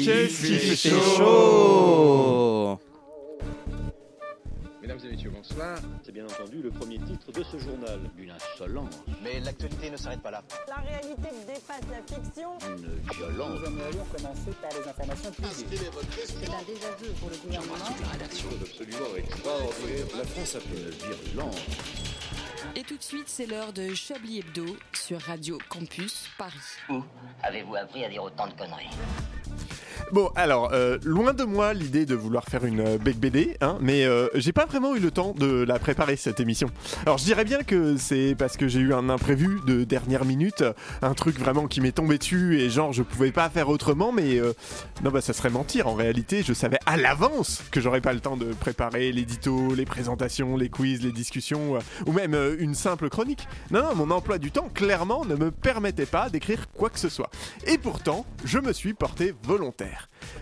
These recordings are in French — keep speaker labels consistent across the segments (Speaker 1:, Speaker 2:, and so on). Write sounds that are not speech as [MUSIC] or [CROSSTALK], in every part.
Speaker 1: Fifi chaud
Speaker 2: Mesdames et messieurs, bonsoir.
Speaker 3: C'est bien entendu le premier titre de ce journal. Une insolence,
Speaker 4: Mais l'actualité ne s'arrête pas là.
Speaker 5: La réalité dépasse la fiction.
Speaker 3: une violence.
Speaker 6: C'est un désaveu pour le gouvernement.
Speaker 7: Et tout de suite, c'est l'heure de Chablis Hebdo sur Radio Campus Paris.
Speaker 8: Où avez-vous appris à dire autant de conneries
Speaker 9: Bon, alors, euh, loin de moi l'idée de vouloir faire une euh, Bec BD, hein, mais euh, j'ai pas vraiment eu le temps de la préparer cette émission. Alors, je dirais bien que c'est parce que j'ai eu un imprévu de dernière minute, euh, un truc vraiment qui m'est tombé dessus et genre je pouvais pas faire autrement, mais euh, non, bah ça serait mentir. En réalité, je savais à l'avance que j'aurais pas le temps de préparer l'édito, les présentations, les quiz, les discussions euh, ou même euh, une simple chronique. Non, non, mon emploi du temps clairement ne me permettait pas d'écrire quoi que ce soit. Et pourtant, je me suis porté volontaire.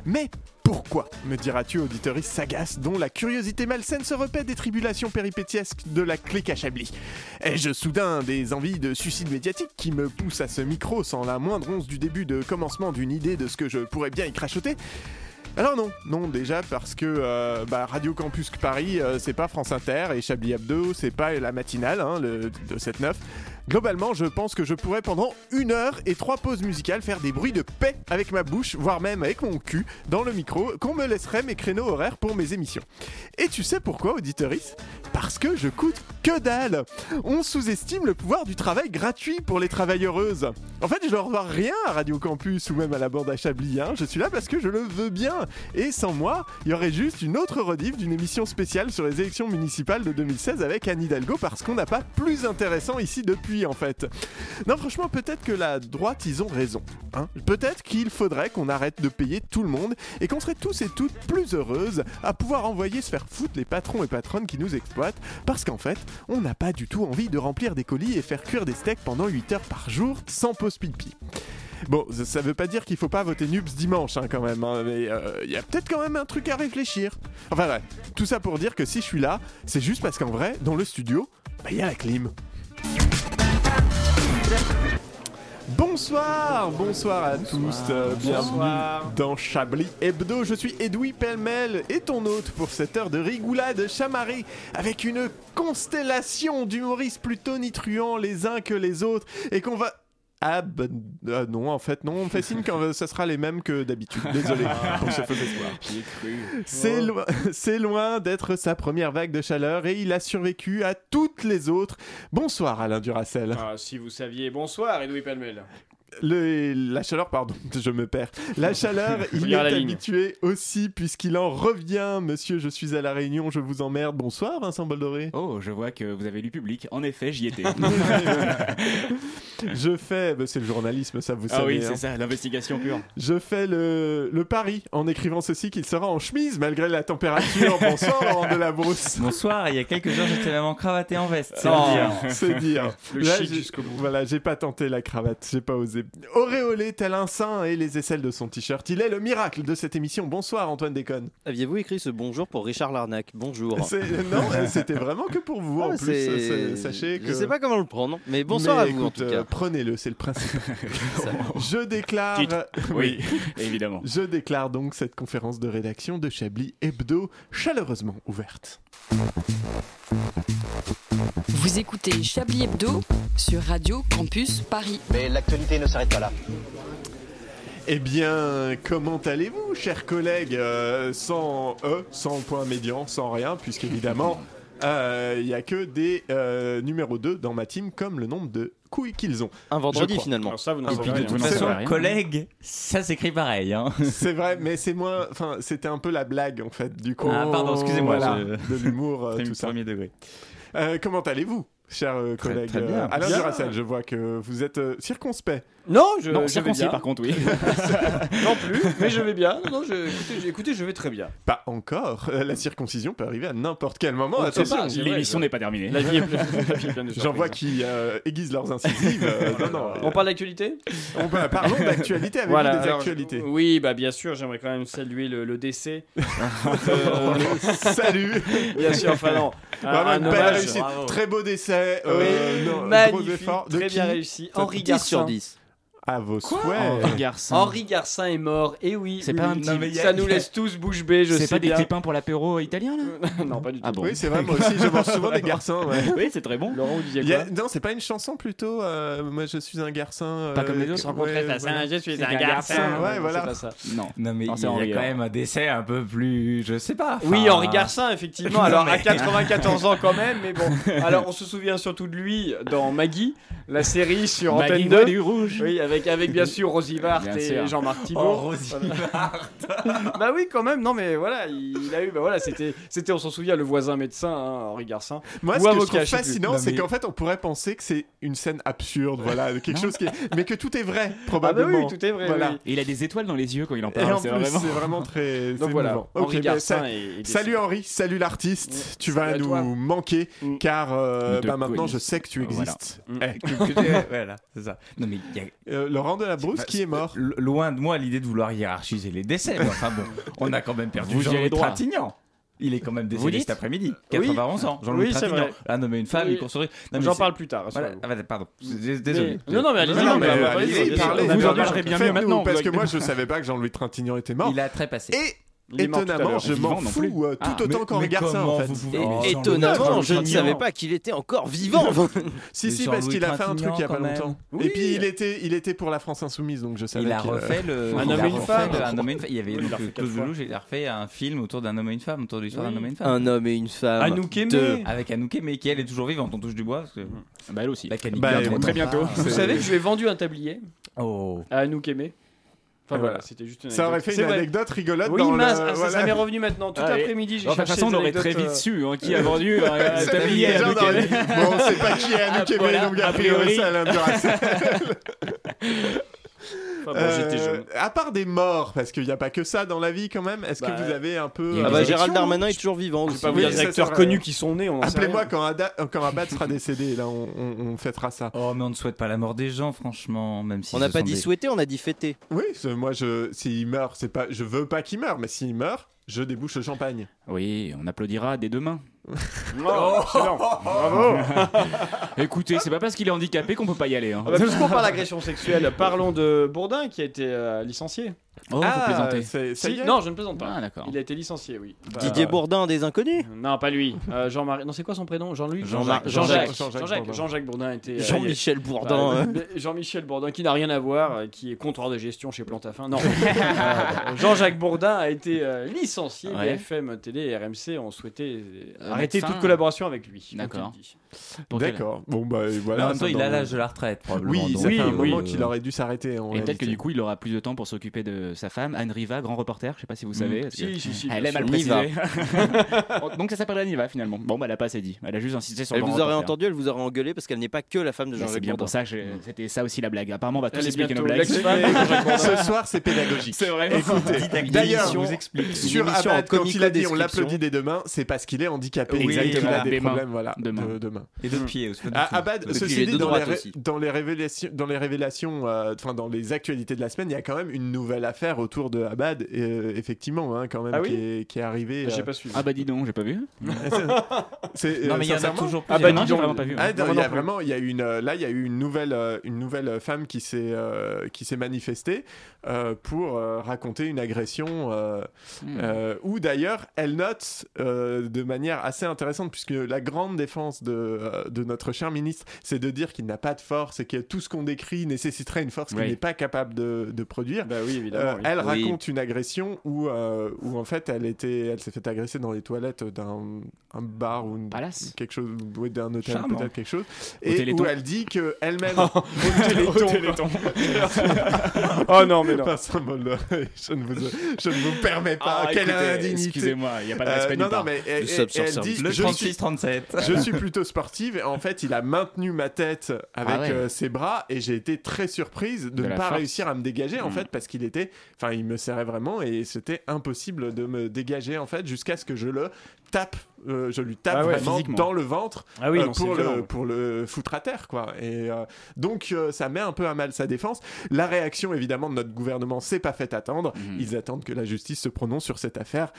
Speaker 9: Mais pourquoi me diras-tu, auditeuriste sagace, dont la curiosité malsaine se repaît des tribulations péripétiesques de la clique à Chablis Ai-je soudain des envies de suicide médiatique qui me poussent à ce micro sans la moindre once du début de commencement d'une idée de ce que je pourrais bien y crachoter alors non, non déjà parce que euh, bah, Radio Campus Paris euh, c'est pas France Inter et Chablis Hebdo c'est pas la matinale hein, le, de 7-9. Globalement je pense que je pourrais pendant une heure et trois pauses musicales faire des bruits de paix avec ma bouche, voire même avec mon cul dans le micro qu'on me laisserait mes créneaux horaires pour mes émissions. Et tu sais pourquoi auditeurice Parce que je coûte que dalle On sous-estime le pouvoir du travail gratuit pour les travailleuses. En fait je leur dois rien à Radio Campus ou même à la bande à Chablis, hein. je suis là parce que je le veux bien et sans moi, il y aurait juste une autre rediff d'une émission spéciale sur les élections municipales de 2016 avec Anne Hidalgo parce qu'on n'a pas plus intéressant ici depuis en fait. Non franchement peut-être que la droite ils ont raison. hein. peut-être qu'il faudrait qu'on arrête de payer tout le monde et qu'on serait tous et toutes plus heureuses à pouvoir envoyer se faire foutre les patrons et patronnes qui nous exploitent parce qu'en fait on n'a pas du tout envie de remplir des colis et faire cuire des steaks pendant 8 heures par jour sans pause pipi. Bon, ça- ça veut pas dire qu'il faut pas voter Nubes dimanche, hein, quand même, hein, mais il y a peut-être quand même un truc à réfléchir. Enfin bref, tout ça pour dire que si je suis là, c'est juste parce qu'en vrai, dans le studio, bah il y a la clim. Bonsoir, bonsoir à tous, euh, bienvenue dans Chablis Hebdo, je suis Edoui Pellemel et ton hôte pour cette heure de rigoulade chamarrée avec une constellation d'humoristes plutôt nitruants les uns que les autres et qu'on va... Ah, ben, ah non, en fait, non, on fait signe quand euh, ça sera les mêmes que d'habitude. Désolé pour ce faux espoir.
Speaker 2: J'y ai cru.
Speaker 9: C'est loin, c'est loin d'être sa première vague de chaleur et il a survécu à toutes les autres. Bonsoir Alain Duracel.
Speaker 1: Ah, si vous saviez, bonsoir Edoui Palmel.
Speaker 9: Le- la chaleur, pardon, je me perds. La chaleur, il est
Speaker 1: Regarde la ligne.
Speaker 9: habitué aussi puisqu'il en revient. Monsieur, je suis à la Réunion, je vous emmerde. Bonsoir Vincent Boldoré.
Speaker 10: Oh, je vois que vous avez lu public. En effet, j'y étais.
Speaker 9: [LAUGHS] Je fais, bah, c'est le journalisme, ça vous
Speaker 10: ah
Speaker 9: savez.
Speaker 10: oui,
Speaker 9: hein.
Speaker 10: c'est ça, l'investigation pure.
Speaker 9: Je fais le, le pari en écrivant ceci qu'il sera en chemise malgré la température. Bonsoir Laurent Delabrousse.
Speaker 11: Bonsoir, il y a quelques jours j'étais même en cravate et en veste. C'est
Speaker 1: Oh.
Speaker 11: dire.
Speaker 9: Ah, C'est dire.
Speaker 1: Le
Speaker 9: Là,
Speaker 1: chic
Speaker 9: j'ai-
Speaker 1: jusqu'au bout.
Speaker 9: Voilà, j'ai pas tenté la cravate, j'ai pas osé. Auréolé tel un saint et les aisselles de son t-shirt, il est le miracle de cette émission. Bonsoir Antoine Déconne.
Speaker 12: Aviez-vous écrit ce bonjour pour Richard Larnac Bonjour.
Speaker 9: C'est- Non, c'était vraiment que pour vous en
Speaker 12: Ah,
Speaker 9: plus.
Speaker 12: c'est-
Speaker 9: c'est- Sachez que.
Speaker 12: Je sais pas comment le prendre, mais bonsoir
Speaker 9: Mais
Speaker 12: à vous en
Speaker 9: écoute,
Speaker 12: tout
Speaker 9: euh,
Speaker 12: cas.
Speaker 9: Prenez-le, c'est le
Speaker 12: [LAUGHS]
Speaker 9: principe. Je déclare.
Speaker 10: Titre. Oui, évidemment.
Speaker 9: Je déclare donc cette conférence de rédaction de Chablis Hebdo chaleureusement ouverte.
Speaker 7: Vous écoutez Chablis Hebdo sur Radio Campus Paris.
Speaker 4: Mais l'actualité ne s'arrête pas là.
Speaker 9: Eh bien, comment allez-vous, chers collègues Euh, Sans E, sans point médian, sans rien,
Speaker 11: [LAUGHS]
Speaker 9: puisqu'évidemment, euh, il n'y a que des euh, numéros 2 dans ma team, comme le nombre de couilles qu'ils ont.
Speaker 12: Un vendredi
Speaker 9: crois.
Speaker 12: finalement.
Speaker 1: Alors ça, vous n'en
Speaker 9: Et
Speaker 1: savez
Speaker 9: puis, de
Speaker 1: rien.
Speaker 9: toute
Speaker 11: De
Speaker 10: Non,
Speaker 11: toute
Speaker 10: c'est
Speaker 11: façon,
Speaker 10: vrai.
Speaker 11: collègue, ça s'écrit pareil. Hein.
Speaker 9: C'est vrai, mais c'est moins. Enfin, c'était un peu la blague, en fait, du coup.
Speaker 11: Ah, pardon, excusez-moi,
Speaker 9: Voilà,
Speaker 11: je-
Speaker 9: de l'humour,
Speaker 11: [LAUGHS]
Speaker 9: euh,
Speaker 11: C'est
Speaker 9: tout ça.
Speaker 11: premier degré.
Speaker 9: Euh, comment allez-vous, chers euh,
Speaker 11: Très-
Speaker 9: collègues
Speaker 11: très bien.
Speaker 9: Euh, Alain
Speaker 1: Bien.
Speaker 9: Duracell, je vois que vous êtes euh, circonspect.
Speaker 1: Non, je,
Speaker 10: non,
Speaker 1: je vais
Speaker 10: circoncis
Speaker 1: bien.
Speaker 10: par contre, oui.
Speaker 1: Non plus, mais je vais bien. Non, non, je- écoutez, je- écoutez, je vais très bien.
Speaker 9: Pas encore. Euh, La circoncision peut arriver à n'importe quel moment.
Speaker 1: On ne sait
Speaker 9: Attention.
Speaker 1: pas, c'est vrai,
Speaker 10: L'émission
Speaker 1: je-
Speaker 10: n'est pas terminée.
Speaker 1: La vie est pleine, la vie est pleine de
Speaker 9: J'en vois
Speaker 1: surprises.
Speaker 9: qui euh, aiguisent leurs incisives. euh, non, non.
Speaker 1: On parle d'actualité
Speaker 9: On peut- parlons d'actualité avec
Speaker 1: Voilà,
Speaker 9: des
Speaker 1: alors,
Speaker 9: actualités.
Speaker 1: je- Oui, bah bien sûr, j'aimerais quand même saluer le, le décès.
Speaker 9: On [LAUGHS]
Speaker 1: Euh,
Speaker 9: le salue.
Speaker 1: bien sûr, enfin non. un-
Speaker 9: Vraiment
Speaker 1: un
Speaker 9: une belle
Speaker 1: hommage.
Speaker 9: réussite.
Speaker 12: bravo.
Speaker 9: Très beau décès.
Speaker 1: Oui,
Speaker 9: euh, non, gros
Speaker 1: magnifique,
Speaker 9: effort. De
Speaker 1: très bien
Speaker 9: qui
Speaker 1: réussi.
Speaker 9: Ça-
Speaker 1: Henri
Speaker 12: 10 sur
Speaker 1: Garcin.
Speaker 12: 10.
Speaker 9: à vos souhaits.
Speaker 12: Oh,
Speaker 10: Henri
Speaker 12: hein
Speaker 10: Garcin.
Speaker 1: Henri Garcin est mort, et oui.
Speaker 10: C'est pas un petit- Non, mais y a-
Speaker 1: Ça nous laisse tous bouche bée, je sais
Speaker 10: C'est pas des
Speaker 1: bien.
Speaker 10: petits pains pour l'apéro italien là
Speaker 1: non, pas du tout.
Speaker 10: Ah bon
Speaker 9: Oui, c'est vrai, moi aussi, je mange souvent des garçons. ouais.
Speaker 10: Oui, c'est très bon.
Speaker 1: Laurent, vous disiez
Speaker 9: Il y
Speaker 1: quoi
Speaker 9: a- non, c'est pas une chanson plutôt. euh, moi, je suis un garçon. euh,
Speaker 10: Pas comme les autres,
Speaker 9: que-
Speaker 10: rencontrer
Speaker 9: ouais,
Speaker 10: ta
Speaker 9: voilà.
Speaker 10: je suis
Speaker 1: C'est un garçon,
Speaker 9: ouais,
Speaker 1: c'est
Speaker 9: voilà.
Speaker 1: pas ça.
Speaker 10: Non.
Speaker 11: Non, mais
Speaker 10: Non,
Speaker 11: il
Speaker 10: c'est
Speaker 11: y a
Speaker 10: Henri,
Speaker 11: quand
Speaker 10: hein.
Speaker 11: même un décès un peu plus. Je sais pas.
Speaker 1: Oui,
Speaker 11: enfin,
Speaker 1: Henri
Speaker 11: [LAUGHS]
Speaker 1: Garcin, effectivement. Alors,
Speaker 11: Non,
Speaker 1: à
Speaker 11: mais-
Speaker 1: 94 ans quand même, mais bon. Alors, on se souvient surtout de lui dans Maggie, la série sur Antenne 2.
Speaker 10: du rouge.
Speaker 1: Oui, avec, avec bien sûr Rosivart
Speaker 10: Bien
Speaker 1: et
Speaker 10: sûr.
Speaker 1: Jean-Marc Thibault.
Speaker 11: Oh, Rosie.
Speaker 1: [LAUGHS] Bah oui, quand même. Non, mais voilà, il, il a eu. Bah voilà, c'était, c'était, on s'en souvient, le voisin médecin, hein, Henri Garcin.
Speaker 9: Moi,
Speaker 1: Ou
Speaker 9: ce que je
Speaker 1: avocat,
Speaker 9: trouve
Speaker 1: je sais
Speaker 9: fascinant,
Speaker 11: plus. Non,
Speaker 9: c'est
Speaker 11: mais-
Speaker 9: qu'en fait, on pourrait penser que c'est une scène absurde, voilà, de
Speaker 1: [LAUGHS]
Speaker 9: quelque chose qui, est- mais que tout est vrai, probablement.
Speaker 1: Ah bah oui, tout est vrai.
Speaker 9: Voilà.
Speaker 1: oui.
Speaker 10: Et il a des étoiles dans les yeux quand il en
Speaker 9: Et en
Speaker 10: parle. C'est
Speaker 9: plus,
Speaker 10: vraiment.
Speaker 9: c'est vraiment très.
Speaker 1: [LAUGHS] Donc
Speaker 9: c'est
Speaker 1: voilà,
Speaker 9: émouvant.
Speaker 1: Henri
Speaker 9: Ok, bah,
Speaker 1: Garcin
Speaker 9: ça-
Speaker 1: est- est décédé.
Speaker 9: Salut Henri, salut l'artiste. Tu vas
Speaker 1: Salut à
Speaker 9: nous
Speaker 1: toi.
Speaker 9: manquer
Speaker 1: Mm.
Speaker 9: car euh,
Speaker 10: De
Speaker 9: bah, maintenant
Speaker 10: quoi
Speaker 9: je sais que tu
Speaker 10: Euh, voilà.
Speaker 9: existes.
Speaker 1: Mm.
Speaker 9: Eh,
Speaker 11: voilà, c'est ça. Non, mais il y a-
Speaker 9: euh, Laurent Delabrousse qui est mort.
Speaker 11: L- Loin de moi l'idée de vouloir hiérarchiser les décès. mais enfin bon, on a quand même perdu
Speaker 10: Vous y avez
Speaker 11: Jean-Louis
Speaker 10: droit.
Speaker 11: Trintignant. Il est quand même
Speaker 10: Vous
Speaker 11: décédé
Speaker 10: dites
Speaker 11: cet après-midi.
Speaker 1: Oui.
Speaker 11: 91 ans. Jean-Louis
Speaker 1: Oui, c'est
Speaker 11: Trintignant.
Speaker 1: vrai.
Speaker 11: Ah non, mais une femme,
Speaker 1: Oui.
Speaker 11: il construit. Non, mais
Speaker 1: J'en
Speaker 11: c'est-
Speaker 1: parle plus tard. hein,
Speaker 11: Voilà.
Speaker 1: rassurez-vous.
Speaker 11: Ah, pardon. Dés- Désolé.
Speaker 1: Mais- Non, non, mais allez-y,
Speaker 9: Non,
Speaker 1: on
Speaker 9: mais euh,
Speaker 1: parle pas,
Speaker 9: allez-y,
Speaker 1: allez-y,
Speaker 9: parlez,
Speaker 1: on a
Speaker 9: vous
Speaker 1: bien
Speaker 9: en
Speaker 1: parlé.
Speaker 10: parlerez bien mieux
Speaker 9: Faites-nous,
Speaker 10: maintenant,
Speaker 9: parce
Speaker 10: vous-
Speaker 9: que moi je savais pas que Jean-Louis Trintignant était mort.
Speaker 11: Il a trépassé.
Speaker 9: Et
Speaker 1: Il est mort tout à
Speaker 9: étonnamment,
Speaker 1: l'heure.
Speaker 9: je
Speaker 10: Vivant
Speaker 9: m'en
Speaker 10: non plus.
Speaker 9: fous euh,
Speaker 10: Ah,
Speaker 9: tout autant qu'Henri Garcin en fait.
Speaker 11: Oh,
Speaker 12: Étonnamment, je ne
Speaker 11: Trintignant.
Speaker 12: savais pas qu'il était encore vivant.
Speaker 9: Si
Speaker 11: Mais
Speaker 9: si,
Speaker 11: Jean-Louis
Speaker 9: parce qu'il a fait un truc il y a pas
Speaker 11: Trintignant, quand
Speaker 9: longtemps.
Speaker 1: même.
Speaker 9: Et puis
Speaker 1: Oui.
Speaker 9: il était, il était pour la France insoumise, donc je savais.
Speaker 11: Il a
Speaker 9: qu'il, euh,
Speaker 11: refait le.
Speaker 1: Un
Speaker 11: il
Speaker 1: homme
Speaker 11: a
Speaker 1: et une
Speaker 11: refait
Speaker 1: femme.
Speaker 11: le- Un homme et une femme. Il y avait
Speaker 1: Il l'a refait
Speaker 11: donc
Speaker 1: quatre
Speaker 11: Claude
Speaker 1: fois.
Speaker 11: Lelouch, il a refait un film autour d'un homme et une femme, autour de l'histoire
Speaker 1: Oui.
Speaker 11: d'un homme et une femme.
Speaker 12: Un homme et une femme. Ah
Speaker 1: Anouk Aimé.
Speaker 12: Deux.
Speaker 11: Avec Anouk mais qui elle est toujours vivante, on touche du bois. Parce que
Speaker 10: Bah, elle aussi.
Speaker 11: la canicule
Speaker 9: Mm. Bah,
Speaker 11: entre-
Speaker 10: Très bientôt.
Speaker 1: Vous savez que je lui ai vendu un tablier
Speaker 11: Oh.
Speaker 1: à Anouk Aimé Enfin
Speaker 9: Ah,
Speaker 1: voilà,
Speaker 9: voilà.
Speaker 1: c'était juste une
Speaker 9: Ça aurait
Speaker 1: anecdote.
Speaker 9: fait
Speaker 1: C'est
Speaker 9: une
Speaker 1: vrai.
Speaker 9: anecdote rigolote
Speaker 1: Oui,
Speaker 9: dans le-
Speaker 1: mince, ah, ça- ça,
Speaker 9: voilà.
Speaker 1: m'est revenu maintenant. Tout
Speaker 10: Ah, et-
Speaker 1: l'après-midi, j'ai
Speaker 10: De toute
Speaker 1: cherché
Speaker 10: façon, on
Speaker 1: des
Speaker 10: aurait très
Speaker 1: anecdotes,
Speaker 10: vite
Speaker 1: euh,
Speaker 10: su hein, qui a vendu
Speaker 1: [LAUGHS]
Speaker 10: un
Speaker 9: Ça
Speaker 10: un
Speaker 9: fait
Speaker 10: tablier à
Speaker 9: bizarre
Speaker 10: Anouk
Speaker 9: dans
Speaker 10: Aimé.
Speaker 9: les- Bon, on sait pas qui est Anouk Aimé,
Speaker 10: voilà,
Speaker 9: donc a
Speaker 10: a
Speaker 9: priori,
Speaker 10: priori.
Speaker 9: ça l'un de race.
Speaker 1: enfin, bon,
Speaker 9: Euh,
Speaker 1: Ah, J'étais jeune.
Speaker 9: À part des morts, parce qu'il n'y a pas que ça dans la vie quand même, est-ce
Speaker 1: Bah,
Speaker 9: que vous avez un peu.
Speaker 11: il y a
Speaker 12: Ah
Speaker 9: euh,
Speaker 12: bah,
Speaker 11: Élection,
Speaker 12: Gérald Darmanin est toujours vivant.
Speaker 1: Je Ah, vais pas vous
Speaker 9: Oui,
Speaker 1: dire
Speaker 9: ça,
Speaker 1: des
Speaker 9: ça
Speaker 1: acteurs
Speaker 9: aurait-
Speaker 1: connus qui sont nés, on en sait
Speaker 9: Appelez-moi
Speaker 1: rien.
Speaker 9: quand, Ada- euh, quand Abad sera décédé, là on, on- on fêtera ça.
Speaker 11: Oh, mais on ne souhaite pas la mort des gens, franchement, même si.
Speaker 12: On
Speaker 11: ce
Speaker 12: n'a pas
Speaker 11: sont
Speaker 12: dit
Speaker 11: des-
Speaker 12: souhaiter, on a dit fêter.
Speaker 9: Oui, c'est- moi je, s'il meurt, c'est pas, je veux pas qu'il meure, mais s'il meurt, je débouche le champagne.
Speaker 10: Oui, on applaudira dès demain.
Speaker 1: Oh, excellent. Bravo
Speaker 10: Écoutez, c'est pas parce qu'il est handicapé qu'on peut pas y aller. Hein.
Speaker 1: Ah bah, Puisqu'on parle d'agression sexuelle, parlons de Bourdin qui a été euh, licencié.
Speaker 10: Oh, vous plaisantez.
Speaker 9: Euh, c'est- ça
Speaker 1: Si-
Speaker 9: y est.
Speaker 1: non, je ne plaisante pas.
Speaker 10: Ah, d'accord.
Speaker 1: euh, Il a été licencié, oui. Bah,
Speaker 12: Didier Bourdin des Inconnus
Speaker 1: Non, pas lui. Euh, Jean-Marie. Non, c'est quoi son prénom Jean-Louis
Speaker 12: Jean-Marc-
Speaker 1: Jean-Jacques.
Speaker 9: Jean-Jacques.
Speaker 1: Jean-Jacques. Jean-Jacques Bourdin était. euh,
Speaker 12: Jean-Michel
Speaker 1: bah,
Speaker 12: Bourdin. hein.
Speaker 1: mais [LAUGHS] Jean-Michel Bourdin, qui n'a rien à voir, euh, qui est comptoir de gestion chez Plantafin. Non, Euh, Jean-Jacques Bourdin a été euh, licencié.
Speaker 10: Ouais.
Speaker 1: BFM Télé et RMC ont souhaité euh,
Speaker 10: Euh,
Speaker 1: arrêter
Speaker 10: mettre fin.
Speaker 1: toute collaboration avec lui.
Speaker 10: D'accord.
Speaker 1: on te dit.
Speaker 10: Pour quelle-
Speaker 9: D'accord. Bon bah et
Speaker 11: Mais
Speaker 9: voilà.
Speaker 11: en même temps,
Speaker 9: ça,
Speaker 11: il
Speaker 9: dans
Speaker 11: a
Speaker 9: le-
Speaker 11: l'âge de la retraite, probablement.
Speaker 9: Oui, ça
Speaker 11: donc,
Speaker 9: fait un
Speaker 11: euh,
Speaker 9: moment qu'il aurait dû s'arrêter. en
Speaker 10: Et peut-être
Speaker 9: réalité.
Speaker 10: que
Speaker 9: [LAUGHS]
Speaker 10: du coup, il aura plus de temps pour s'occuper de sa femme, Anne Riva, grand reporter. Je sais pas si vous savez. parce que-
Speaker 1: Mm. Si, si, si, bien
Speaker 10: Elle aime à le
Speaker 12: Niva.
Speaker 10: préciser. [LAUGHS] Donc ça s'appelle Anniva finalement. Bon, bah elle a pas assez dit. Elle a juste insisté sur
Speaker 12: Elle
Speaker 10: grand
Speaker 12: vous aurait
Speaker 10: reporter.
Speaker 12: entendu, elle vous aurait engueulé parce qu'elle n'est pas que la femme de
Speaker 10: Mais hein. Bah, C'est
Speaker 12: Jean-Jacques
Speaker 10: bien
Speaker 12: Bourdin.
Speaker 10: pour ça que j'ai- c'était ça aussi la blague. Apparemment, on va tous
Speaker 1: Mm. Elle est
Speaker 10: expliquer nos
Speaker 1: bientôt
Speaker 10: blagues.
Speaker 1: l'ex-femme de Jean-Jacques Bourdin.
Speaker 9: Ce soir, c'est pédagogique.
Speaker 10: C'est vrai.
Speaker 9: Écoutez, d'ailleurs,
Speaker 11: je vous explique.
Speaker 9: sur
Speaker 12: émission
Speaker 9: Abad,
Speaker 12: en
Speaker 9: quand il a dit on
Speaker 12: comico-description.
Speaker 9: l'applaudit dès demain, c'est parce qu'il est handicapé.
Speaker 10: Oui,
Speaker 9: et qu'il a
Speaker 10: exactement.
Speaker 9: des
Speaker 10: Demain.
Speaker 9: problèmes, voilà,
Speaker 10: Demain.
Speaker 9: de- demain.
Speaker 11: Et d'autres pieds aussi.
Speaker 9: Ah, Abad,
Speaker 12: Et puis,
Speaker 9: ceci
Speaker 12: il est
Speaker 9: dit,
Speaker 12: de
Speaker 9: dans les,
Speaker 12: droite
Speaker 9: ré-
Speaker 12: aussi.
Speaker 9: dans les révélations, dans les révélations, euh, enfin dans les actualités de la semaine, il y a quand même une nouvelle affaire autour de Abad, euh, effectivement, hein, quand même,
Speaker 1: Ah oui
Speaker 9: qui, est, qui est arrivée.
Speaker 1: J'ai
Speaker 9: euh,
Speaker 1: pas suivi.
Speaker 10: Ah bah dis donc, j'ai pas vu.
Speaker 9: c'est- euh,
Speaker 11: Non, mais il y en a
Speaker 9: sincèrement,
Speaker 11: toujours plus.
Speaker 1: Ah bah
Speaker 11: il y en a
Speaker 10: Non,
Speaker 1: dis
Speaker 10: j'ai
Speaker 1: donc,
Speaker 10: vraiment pas vu.
Speaker 9: ah,
Speaker 1: Moi
Speaker 9: non, il y
Speaker 1: non
Speaker 9: a
Speaker 1: plus.
Speaker 9: vraiment, il y a eu une, euh, là, il y a eu une nouvelle, euh, une nouvelle femme qui s'est, euh, qui s'est manifestée euh, pour euh, raconter une agression. euh,
Speaker 10: Hmm.
Speaker 9: euh, où d'ailleurs, elle note euh, de manière assez intéressante, puisque la grande défense de, euh, de notre cher ministre, c'est de dire qu'il n'a pas de force et que tout ce qu'on décrit nécessiterait une force
Speaker 10: Oui.
Speaker 9: qu'il n'est pas capable de, de produire.
Speaker 1: Bah oui,
Speaker 9: Euh,
Speaker 1: évidemment. oui.
Speaker 9: elle
Speaker 12: Oui.
Speaker 9: raconte une agression où, euh, où en fait elle était, elle s'est fait agresser dans les toilettes d'un un bar ou une,
Speaker 10: Palace.
Speaker 9: quelque chose ouais, d'un hôtel
Speaker 11: Charmant.
Speaker 9: peut-être quelque chose
Speaker 10: Au
Speaker 9: et
Speaker 10: Téléthon.
Speaker 9: où elle dit que elle-même
Speaker 1: Téléthon.
Speaker 9: [LAUGHS]
Speaker 1: oh non, mais non.
Speaker 9: Enfin, symbole de- je ne vous je ne vous permets pas
Speaker 10: Ah,
Speaker 9: quelle
Speaker 10: écoutez,
Speaker 9: indignité
Speaker 10: Excusez-moi, il n'y a pas de
Speaker 9: Euh,
Speaker 10: respect nulle
Speaker 9: non, non,
Speaker 10: part.
Speaker 9: mais elle, elle-
Speaker 12: Le sub sur
Speaker 9: elle
Speaker 12: sub.
Speaker 9: dit
Speaker 11: Le
Speaker 9: je, suis,
Speaker 11: 36-37.
Speaker 9: je suis plutôt sportive. Et en fait, il a maintenu ma tête avec
Speaker 10: Ah ouais.
Speaker 9: euh, ses bras et j'ai été très surprise de
Speaker 10: De
Speaker 9: ne
Speaker 10: la
Speaker 9: pas
Speaker 10: force.
Speaker 9: réussir à me dégager en
Speaker 10: Mm.
Speaker 9: fait parce qu'il était, enfin, il me serrait vraiment et c'était impossible de me dégager en fait jusqu'à ce que je le tape Euh, je lui tape
Speaker 1: Ah ouais,
Speaker 9: vraiment
Speaker 1: physiquement.
Speaker 9: dans le ventre
Speaker 1: Ah oui,
Speaker 9: euh,
Speaker 1: non, c'est
Speaker 9: pour,
Speaker 1: violent,
Speaker 9: le,
Speaker 1: ouais.
Speaker 9: pour le foutre à terre. Quoi. Et, euh, donc euh, ça met un peu à mal sa défense. La réaction évidemment de notre gouvernement s'est pas fait attendre.
Speaker 1: Mm.
Speaker 10: Mhm.
Speaker 9: Ils attendent que la justice se prononce sur cette affaire